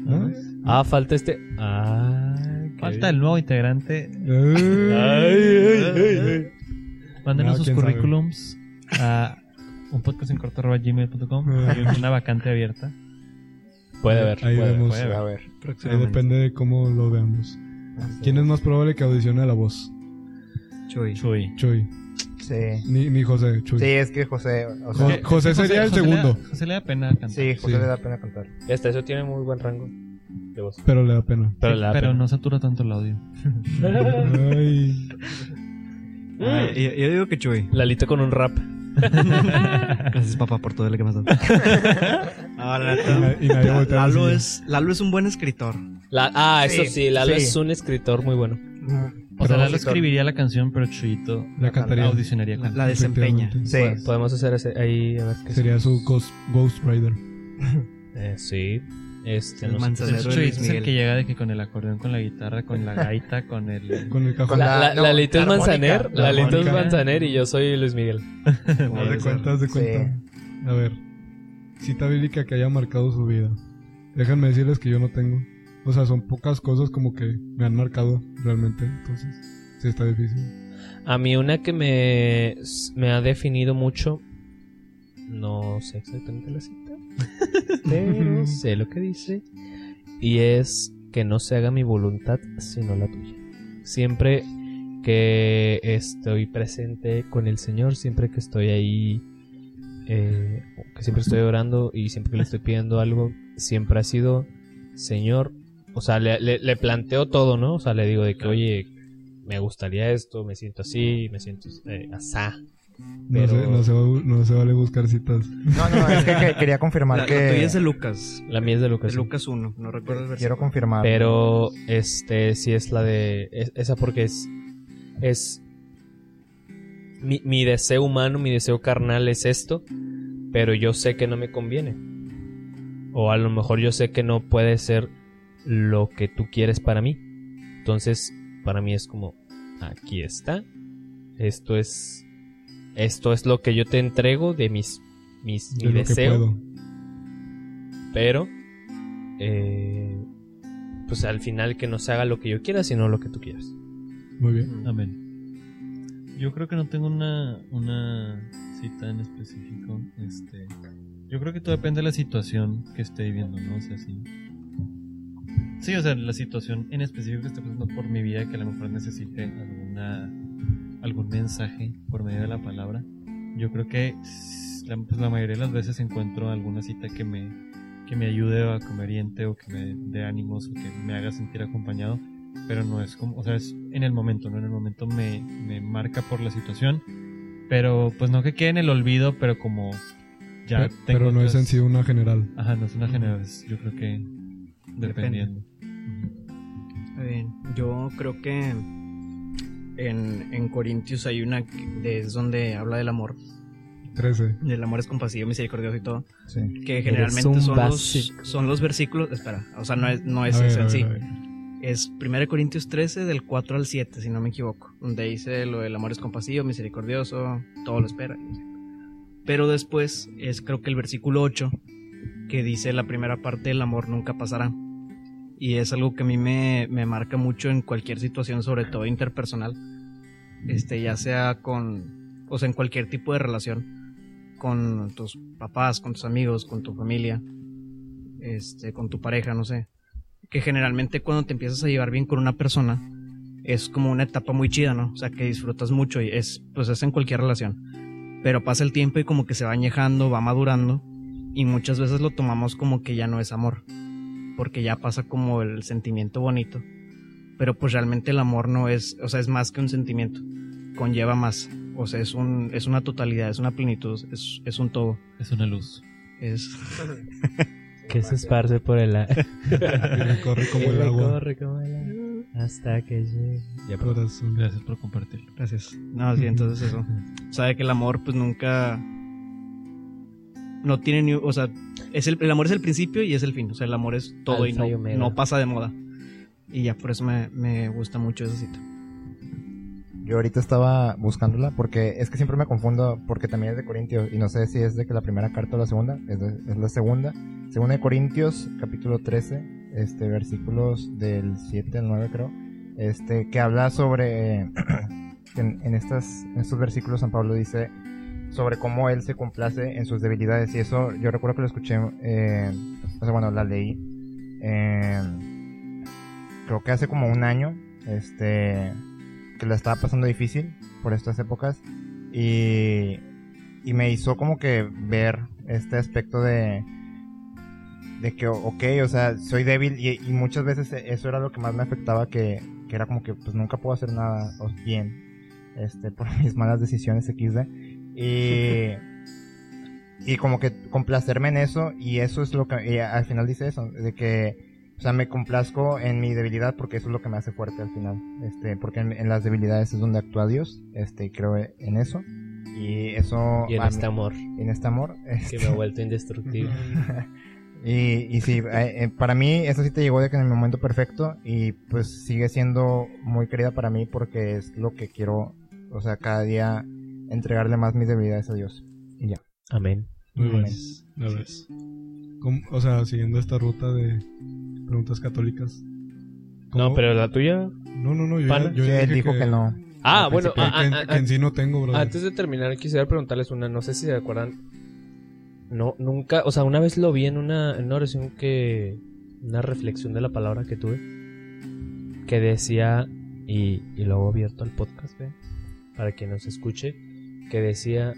Speaker 3: ¿Ah?
Speaker 2: Ah, falta este. Ah, qué
Speaker 4: Falta
Speaker 2: bien.
Speaker 4: el nuevo integrante.
Speaker 3: Ay.
Speaker 2: Ay, ay, ay, ay.
Speaker 3: No,
Speaker 4: Mándenos sus
Speaker 3: Ah, quién sabe.
Speaker 4: currículums a un podcast en gmail.com.
Speaker 3: Ah.
Speaker 4: Hay una vacante abierta.
Speaker 2: Puede haber.
Speaker 3: Ahí
Speaker 2: puede haber.
Speaker 3: vemos.
Speaker 5: A ver.
Speaker 3: Ahí depende de cómo lo veamos. ¿Quién es más probable que audicione a la voz?
Speaker 6: Chuy.
Speaker 4: Chuy.
Speaker 3: Chuy.
Speaker 5: Sí.
Speaker 3: Ni, ni José, Chuy.
Speaker 5: Sí, es que José. O sea,
Speaker 3: Jo- José sería el
Speaker 4: José le da-
Speaker 3: segundo,
Speaker 4: José le da pena cantar.
Speaker 5: sí, José
Speaker 3: sí.
Speaker 5: le da pena contar.
Speaker 2: Y hasta eso tiene muy buen rango de voz.
Speaker 3: pero le da pena.
Speaker 2: Pero, la
Speaker 4: Pero no satura tanto el audio.
Speaker 3: Ay,
Speaker 6: Ah, yo, yo digo que Chuy.
Speaker 2: Lalito con un rap.
Speaker 6: Gracias, papá, por todo lo que me has dado. Ah, la
Speaker 3: y, na-
Speaker 6: neta.
Speaker 3: y nadie voltea a la
Speaker 6: Lalo
Speaker 3: silla.
Speaker 6: es, Lalo es un buen escritor.
Speaker 2: La- ah,
Speaker 5: Sí,
Speaker 2: eso sí, Lalo
Speaker 5: sí.
Speaker 2: es un escritor muy bueno.
Speaker 4: O sea,
Speaker 5: Pero-
Speaker 4: Lalo escribiría la canción, pero Chuyito
Speaker 3: La cantaría.
Speaker 4: audicionaría
Speaker 6: La,
Speaker 4: con
Speaker 6: la desempeña.
Speaker 3: Efectivamente.
Speaker 5: Sí.
Speaker 2: Pod- Podemos hacer ese- ahí a ver
Speaker 6: pues,
Speaker 2: qué
Speaker 3: Sería su Ghost, Ghost Rider.
Speaker 2: Eh, sí. Este,
Speaker 6: El
Speaker 2: no sé.
Speaker 6: manzanero de Luis
Speaker 4: Chuyito es el
Speaker 6: Miguel.
Speaker 4: que llega de que con el acordeón, con la guitarra, con la gaita, con el...
Speaker 3: Con el cajón.
Speaker 5: Con
Speaker 2: La, la,
Speaker 5: no,
Speaker 2: Lalito es
Speaker 5: la armónica,
Speaker 2: Manzaner,
Speaker 3: la
Speaker 2: Lalito es
Speaker 3: armónica.
Speaker 2: Manzaner y yo soy Luis Miguel.
Speaker 3: Haz de cuenta, haz de cuenta. A ver. Cita bíblica que haya marcado su vida. Déjenme decirles que yo no tengo. O sea, son pocas cosas como que me han marcado realmente. Entonces, sí está difícil.
Speaker 2: A mí una que me, me ha definido mucho, no sé exactamente la cita, pero sé lo que dice, y es que no se haga mi voluntad sino la tuya. Siempre que estoy presente con el Señor, siempre que estoy ahí, eh, que siempre estoy orando y siempre que le estoy pidiendo algo, siempre ha sido Señor. O sea, le, le- le planteo todo, ¿no? O sea, le digo de que, oye, me gustaría esto, me siento así, me siento eh, asá.
Speaker 3: No,
Speaker 2: Pero-
Speaker 3: se, no, se va- no se vale buscar citas.
Speaker 5: No, no, es que, que- quería confirmar
Speaker 6: La, la
Speaker 5: que.
Speaker 6: tuya es de Lucas.
Speaker 2: La mía pues, es de Lucas.
Speaker 6: De Lucas 1. No recuerdo el
Speaker 5: Quiero
Speaker 6: versículo.
Speaker 5: confirmar.
Speaker 2: Pero este sí es la de. es- esa porque es. Es. Mi, mi deseo humano, mi deseo carnal es esto. Pero yo sé que no me conviene. O a lo mejor yo sé que no puede ser lo que tú quieres para mí. Entonces, para mí es como. Aquí está. Esto es. Esto es lo que yo te entrego de mis. mis
Speaker 3: De
Speaker 2: mi
Speaker 3: lo que
Speaker 2: deseo.
Speaker 3: puedo.
Speaker 2: Pero, eh, pues al final que no se haga lo que yo quiera, sino lo que tú quieras.
Speaker 3: Muy bien.
Speaker 4: Amén. Yo creo que no tengo una, una cita en específico. Este, yo creo que todo depende de la situación que esté viviendo, ¿no? O sea, sí. Sí, o sea, la situación en específico que esté pasando por mi vida, que a lo mejor necesite alguna, algún mensaje por medio de la palabra. Yo creo que s- la, pues, la mayoría de las veces encuentro alguna cita que me, que me ayude o que me oriente o que me dé ánimos o que me haga sentir acompañado pero no es como, o sea, es en el momento, ¿no? En el momento me, me marca por la situación, pero pues no que quede en el olvido, pero como ya
Speaker 3: Pe-
Speaker 4: tengo...
Speaker 3: pero no es
Speaker 4: otras-
Speaker 3: en sí una general.
Speaker 4: Ajá, no es una general, es- yo creo que dependiendo.
Speaker 6: Está bien. Yo creo que en, en Corintios hay una que de- es donde habla del amor.
Speaker 3: 13.
Speaker 6: Del amor es compasivo, misericordioso y todo.
Speaker 5: Sí.
Speaker 6: Que
Speaker 2: un
Speaker 6: generalmente son los,
Speaker 2: básico.
Speaker 6: son los versículos. Espera, o sea, no es, no
Speaker 3: A
Speaker 6: es
Speaker 3: ver,
Speaker 6: eso
Speaker 3: a
Speaker 6: en
Speaker 3: ver,
Speaker 6: sí.
Speaker 3: a ver.
Speaker 6: Es 1 Corintios 13, del 4 al 7, si no me equivoco. Donde dice lo del amor es compasivo, misericordioso, todo lo espera. Pero después es, creo que el versículo 8, que dice la primera parte: el amor nunca pasará. Y es algo que a mí me, me marca mucho en cualquier situación, sobre todo interpersonal. Este, ya sea con. O sea, en cualquier tipo de relación. Con tus papás, con tus amigos, con tu familia. Este, con tu pareja, no sé. Que generalmente cuando te empiezas a llevar bien con una persona. Es como una etapa muy chida, ¿no? O sea, que disfrutas mucho y es, pues es en cualquier relación. Pero pasa el tiempo y como que se va añejando, va madurando. Y muchas veces lo tomamos como que ya no es amor porque ya pasa como el sentimiento bonito. Pero pues realmente el amor no es, o sea, es más que un sentimiento, conlleva más. O sea, es, un, es una totalidad, es una plenitud, es, es un todo.
Speaker 4: Es una luz.
Speaker 6: Es,
Speaker 2: Que se esparce por el aire.
Speaker 3: Mira, corre como el agua.
Speaker 2: Hasta que llegue. Ya, perdón.
Speaker 3: Corazón.
Speaker 4: Gracias por compartirlo.
Speaker 6: gracias. No, sí, entonces eso. O sea, que el amor pues nunca... No tiene ni... O sea, es el, el amor es el principio y es el fin. O sea, el amor es todo
Speaker 2: Alfa y
Speaker 6: y no,
Speaker 2: omega.
Speaker 6: no pasa de moda. Y ya por eso me, me gusta mucho esa cita.
Speaker 5: Yo ahorita estaba buscándola porque es que siempre me confundo porque también es de Corintios y no sé si es de que la primera carta o la segunda, es, de- es la segunda. Segunda de Corintios, capítulo 13, este, versículos del 7 al 9 creo, este, que habla sobre en, en estas, en estos versículos San Pablo dice sobre cómo él se complace en sus debilidades. Y eso yo recuerdo que lo escuché, eh, o sea, bueno, la leí, eh, creo que hace como un año, este, que la estaba pasando difícil por estas épocas. Y, y me hizo como que ver este aspecto de, de que, ok, o sea, soy débil y, y muchas veces eso era lo que más me afectaba, que, que era como que pues nunca puedo hacer nada o bien este, por mis malas decisiones XD. Y, y como que complacerme en eso y eso es lo que y al final dice eso, de que, o sea, me complazco en mi debilidad porque eso es lo que me hace fuerte al final, este, porque en, en las debilidades es donde actúa Dios, este, y creo en eso. Y eso...
Speaker 2: Y en
Speaker 5: a mí-
Speaker 2: este amor
Speaker 5: En este amor.
Speaker 2: que me ha vuelto indestructible.
Speaker 5: Y, y sí, eh, eh, para mí eso sí te llegó de que en el momento perfecto y pues sigue siendo muy querida para mí porque es lo que quiero, o sea, cada día entregarle más mis debilidades a Dios.
Speaker 2: Amén.
Speaker 3: Muy bueno.
Speaker 6: Pues,
Speaker 3: La ves. Com- O sea, siguiendo esta ruta de preguntas católicas.
Speaker 2: No,
Speaker 3: ¿Cómo?
Speaker 2: pero la tuya.
Speaker 3: No, no, no, yo,
Speaker 2: Pana.
Speaker 3: ya- yo
Speaker 5: Sí,
Speaker 3: ya
Speaker 5: él
Speaker 3: dije
Speaker 5: dijo que, no.
Speaker 2: Ah,
Speaker 5: Al
Speaker 2: bueno,
Speaker 3: que-
Speaker 2: ah,
Speaker 3: que en-
Speaker 2: ah, ah,
Speaker 3: que en sí no tengo, bro.
Speaker 2: Antes de terminar, quisiera preguntarles una. No sé si se acuerdan. No, nunca. O sea, una vez lo vi en una, en una oración que. Una reflexión de la palabra que tuve. Que decía. Y, y luego abierto al podcast, ¿ve? Para que nos escuche. Que decía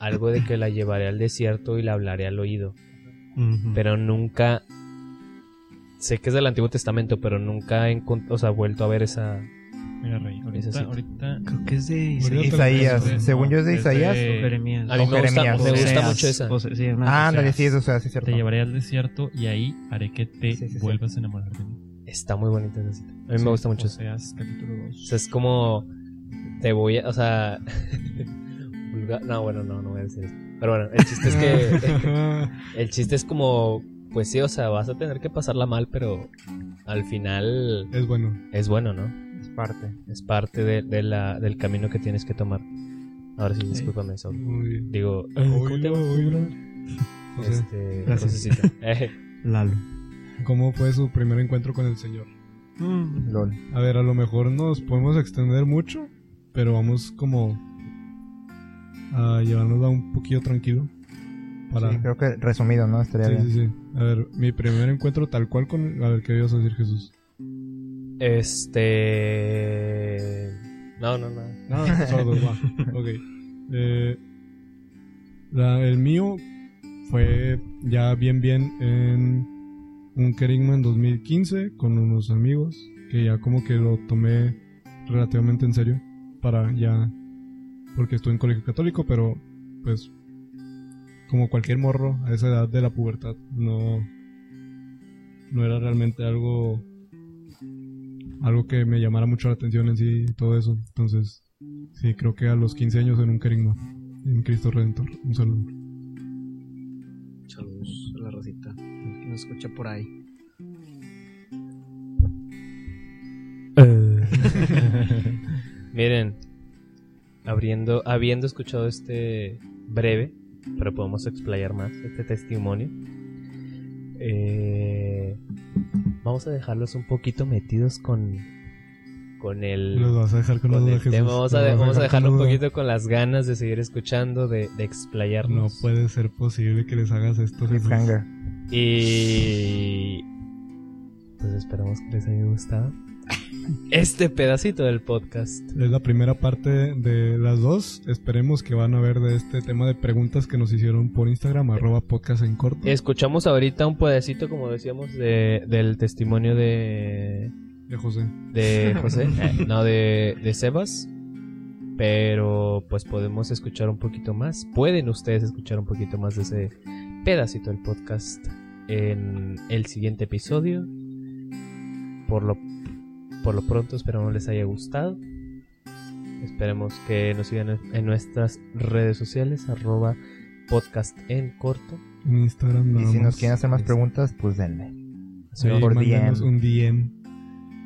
Speaker 2: algo de que la llevaré al desierto y la hablaré al oído. Pero nunca. Sé que es del Antiguo Testamento, pero nunca he encont- o sea, vuelto a ver esa.
Speaker 4: Mira, Rey,
Speaker 2: Esa
Speaker 4: ahorita,
Speaker 2: sí.
Speaker 4: ahorita Pues,
Speaker 6: Creo que es de
Speaker 3: Murió
Speaker 6: Isaías.
Speaker 5: Isaías,
Speaker 4: Entonces,
Speaker 5: según
Speaker 4: no,
Speaker 5: yo es de
Speaker 4: es de-
Speaker 5: Isaías.
Speaker 4: Eh,
Speaker 6: Jeremías.
Speaker 2: A mí
Speaker 5: o
Speaker 2: me gusta, Pues
Speaker 5: Jeremías.
Speaker 2: me gusta
Speaker 6: Oseas.
Speaker 2: mucho esa.
Speaker 6: Ose- sí, una-
Speaker 5: Ah, ándale,
Speaker 4: Oseas.
Speaker 5: sí, eso, o sea, sí, es cierto.
Speaker 4: te llevaré al desierto y ahí haré que te
Speaker 5: Sí, sí, sí.
Speaker 4: vuelvas a enamorar de mí.
Speaker 2: Está muy bonita esa cita. A mí
Speaker 4: Sí,
Speaker 2: me gusta mucho esa.
Speaker 4: Oseas, capítulo 2.
Speaker 2: O sea, es como. Te voy a. O sea. vulgar- No, bueno, no, no voy a decir eso. Pero bueno, el chiste es que. El chiste es como. Pues sí, o sea, vas a tener que pasarla mal, pero al final
Speaker 3: es bueno.
Speaker 2: es bueno, ¿no?
Speaker 5: Es parte.
Speaker 2: Es parte de, de la, del camino que tienes que tomar. Ahora sí, discúlpame, Saúl.
Speaker 3: Muy bien.
Speaker 2: Digo, ¿cómo te
Speaker 3: Oílo,
Speaker 2: llamas tú,
Speaker 3: oílo.
Speaker 2: brother?
Speaker 3: O sea,
Speaker 2: Este,
Speaker 6: Gracias.
Speaker 2: Josecito. Eh,
Speaker 6: Lalo.
Speaker 3: ¿Cómo fue su primer encuentro con el Señor?
Speaker 5: Este, LOL.
Speaker 3: A ver, a lo mejor nos podemos extender mucho, pero vamos como a llevárnosla un poquillo tranquilo. Para...
Speaker 5: Sí, creo que resumido, ¿no? Estaría
Speaker 3: Sí,
Speaker 5: bien.
Speaker 3: sí, sí. A ver, mi primer encuentro tal cual con... A ver, ¿qué ibas a decir, Jesús?
Speaker 2: Este. No, no, no.
Speaker 3: No, solo dos, va. Ok. Eh, la- el mío fue ya bien, bien en un Kerigma en 2015 con unos amigos que ya como que lo tomé relativamente en serio para ya. Porque estuve en colegio católico, pero pues. Como cualquier morro a esa edad de la pubertad, no. No era realmente algo. Algo que me llamara mucho la atención en sí y todo eso. Entonces, Sí, creo que a los 15 años en un querigma. En Cristo Redentor. Un saludo.
Speaker 6: Saludos a la rosita que nos escucha por ahí.
Speaker 2: Miren, abriendo, habiendo escuchado este breve, pero podemos explayar más este testimonio, eh, vamos a dejarlos un poquito metidos con, con el,
Speaker 3: Los vas a dejar con,
Speaker 2: con
Speaker 3: duda,
Speaker 2: el
Speaker 3: Jesús.
Speaker 2: tema. Vamos a,
Speaker 3: Los
Speaker 2: de-
Speaker 3: vas
Speaker 2: vamos a
Speaker 3: dejar
Speaker 2: dejarlo
Speaker 3: con
Speaker 2: un
Speaker 3: duda.
Speaker 2: poquito con las ganas de seguir escuchando, de, de
Speaker 3: No
Speaker 2: explayarnos.
Speaker 3: puede ser posible que les hagas esto, Jesús.
Speaker 5: Cliffhanger.
Speaker 2: Y pues esperamos que les haya gustado este pedacito del podcast.
Speaker 3: Es la primera parte de las dos. Esperemos que van a ver de este tema de preguntas que nos hicieron por Instagram, arroba podcast en corto.
Speaker 2: Escuchamos ahorita un pedacito, como decíamos, de, del testimonio de,
Speaker 3: De José.
Speaker 2: de José, eh, no, de, de Sebas. Pero pues podemos escuchar un poquito más. Pueden ustedes escuchar un poquito más de ese pedacito del podcast en el siguiente episodio. Por lo, por lo pronto esperamos les haya gustado. Esperemos que nos sigan en- en nuestras redes sociales, arroba podcast en corto.
Speaker 3: En Instagram
Speaker 5: Y
Speaker 3: nada
Speaker 5: si
Speaker 3: más.
Speaker 5: nos quieren hacer más
Speaker 2: Sí.
Speaker 5: preguntas, pues denle.
Speaker 3: Sí,
Speaker 5: por
Speaker 3: mándenos
Speaker 5: DM.
Speaker 3: un DM.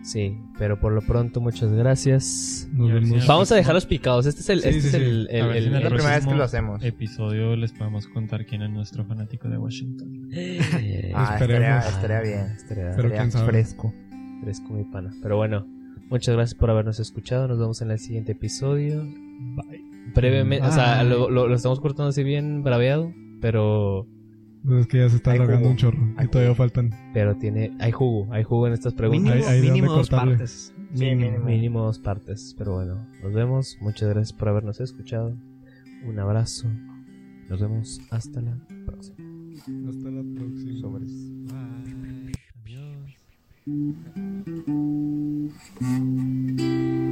Speaker 2: Sí, pero por lo pronto muchas gracias.
Speaker 3: Nos
Speaker 4: Y a ver si
Speaker 3: vemos.
Speaker 4: nos-
Speaker 2: Vamos a dejarlos picados. Este es el.
Speaker 3: Sí,
Speaker 2: este
Speaker 3: sí,
Speaker 2: es
Speaker 3: sí.
Speaker 2: el, el-
Speaker 4: A ver si
Speaker 2: el-
Speaker 4: me
Speaker 5: Es la
Speaker 2: el-
Speaker 5: primera vez que
Speaker 4: próximo
Speaker 5: lo hacemos.
Speaker 4: episodio les podemos contar quién es nuestro fanático de Washington.
Speaker 5: Ah, estaría,
Speaker 3: esperemos.
Speaker 5: estaría bien.
Speaker 2: Eh, ah, Estaría
Speaker 3: Pero
Speaker 5: estaría
Speaker 3: quién sabe.
Speaker 5: fresco.
Speaker 2: fresco mi pana. Pero bueno, Muchas gracias por habernos escuchado. Nos vemos en el siguiente episodio. Brevemente, o sea,
Speaker 3: Bye.
Speaker 2: lo, lo- lo estamos cortando así bien braveado, pero,
Speaker 3: Pues es que ya se está
Speaker 5: Hay
Speaker 3: alargando
Speaker 5: jugo.
Speaker 3: un chorro.
Speaker 5: Hay
Speaker 3: Y todavía faltan.
Speaker 2: pero tiene, hay jugo, hay jugo en estas
Speaker 6: Mínimo,
Speaker 2: preguntas.
Speaker 3: Ahí- ahí
Speaker 6: mínimo
Speaker 3: donde
Speaker 6: dos
Speaker 3: cortarle.
Speaker 6: partes.
Speaker 5: Sí, mínimo.
Speaker 2: Mínimo dos partes, pero bueno, nos vemos. Muchas gracias por habernos escuchado. Un abrazo. Nos vemos hasta la próxima.
Speaker 3: Hasta la próxima.
Speaker 5: Sobres.
Speaker 4: Bye. Adiós.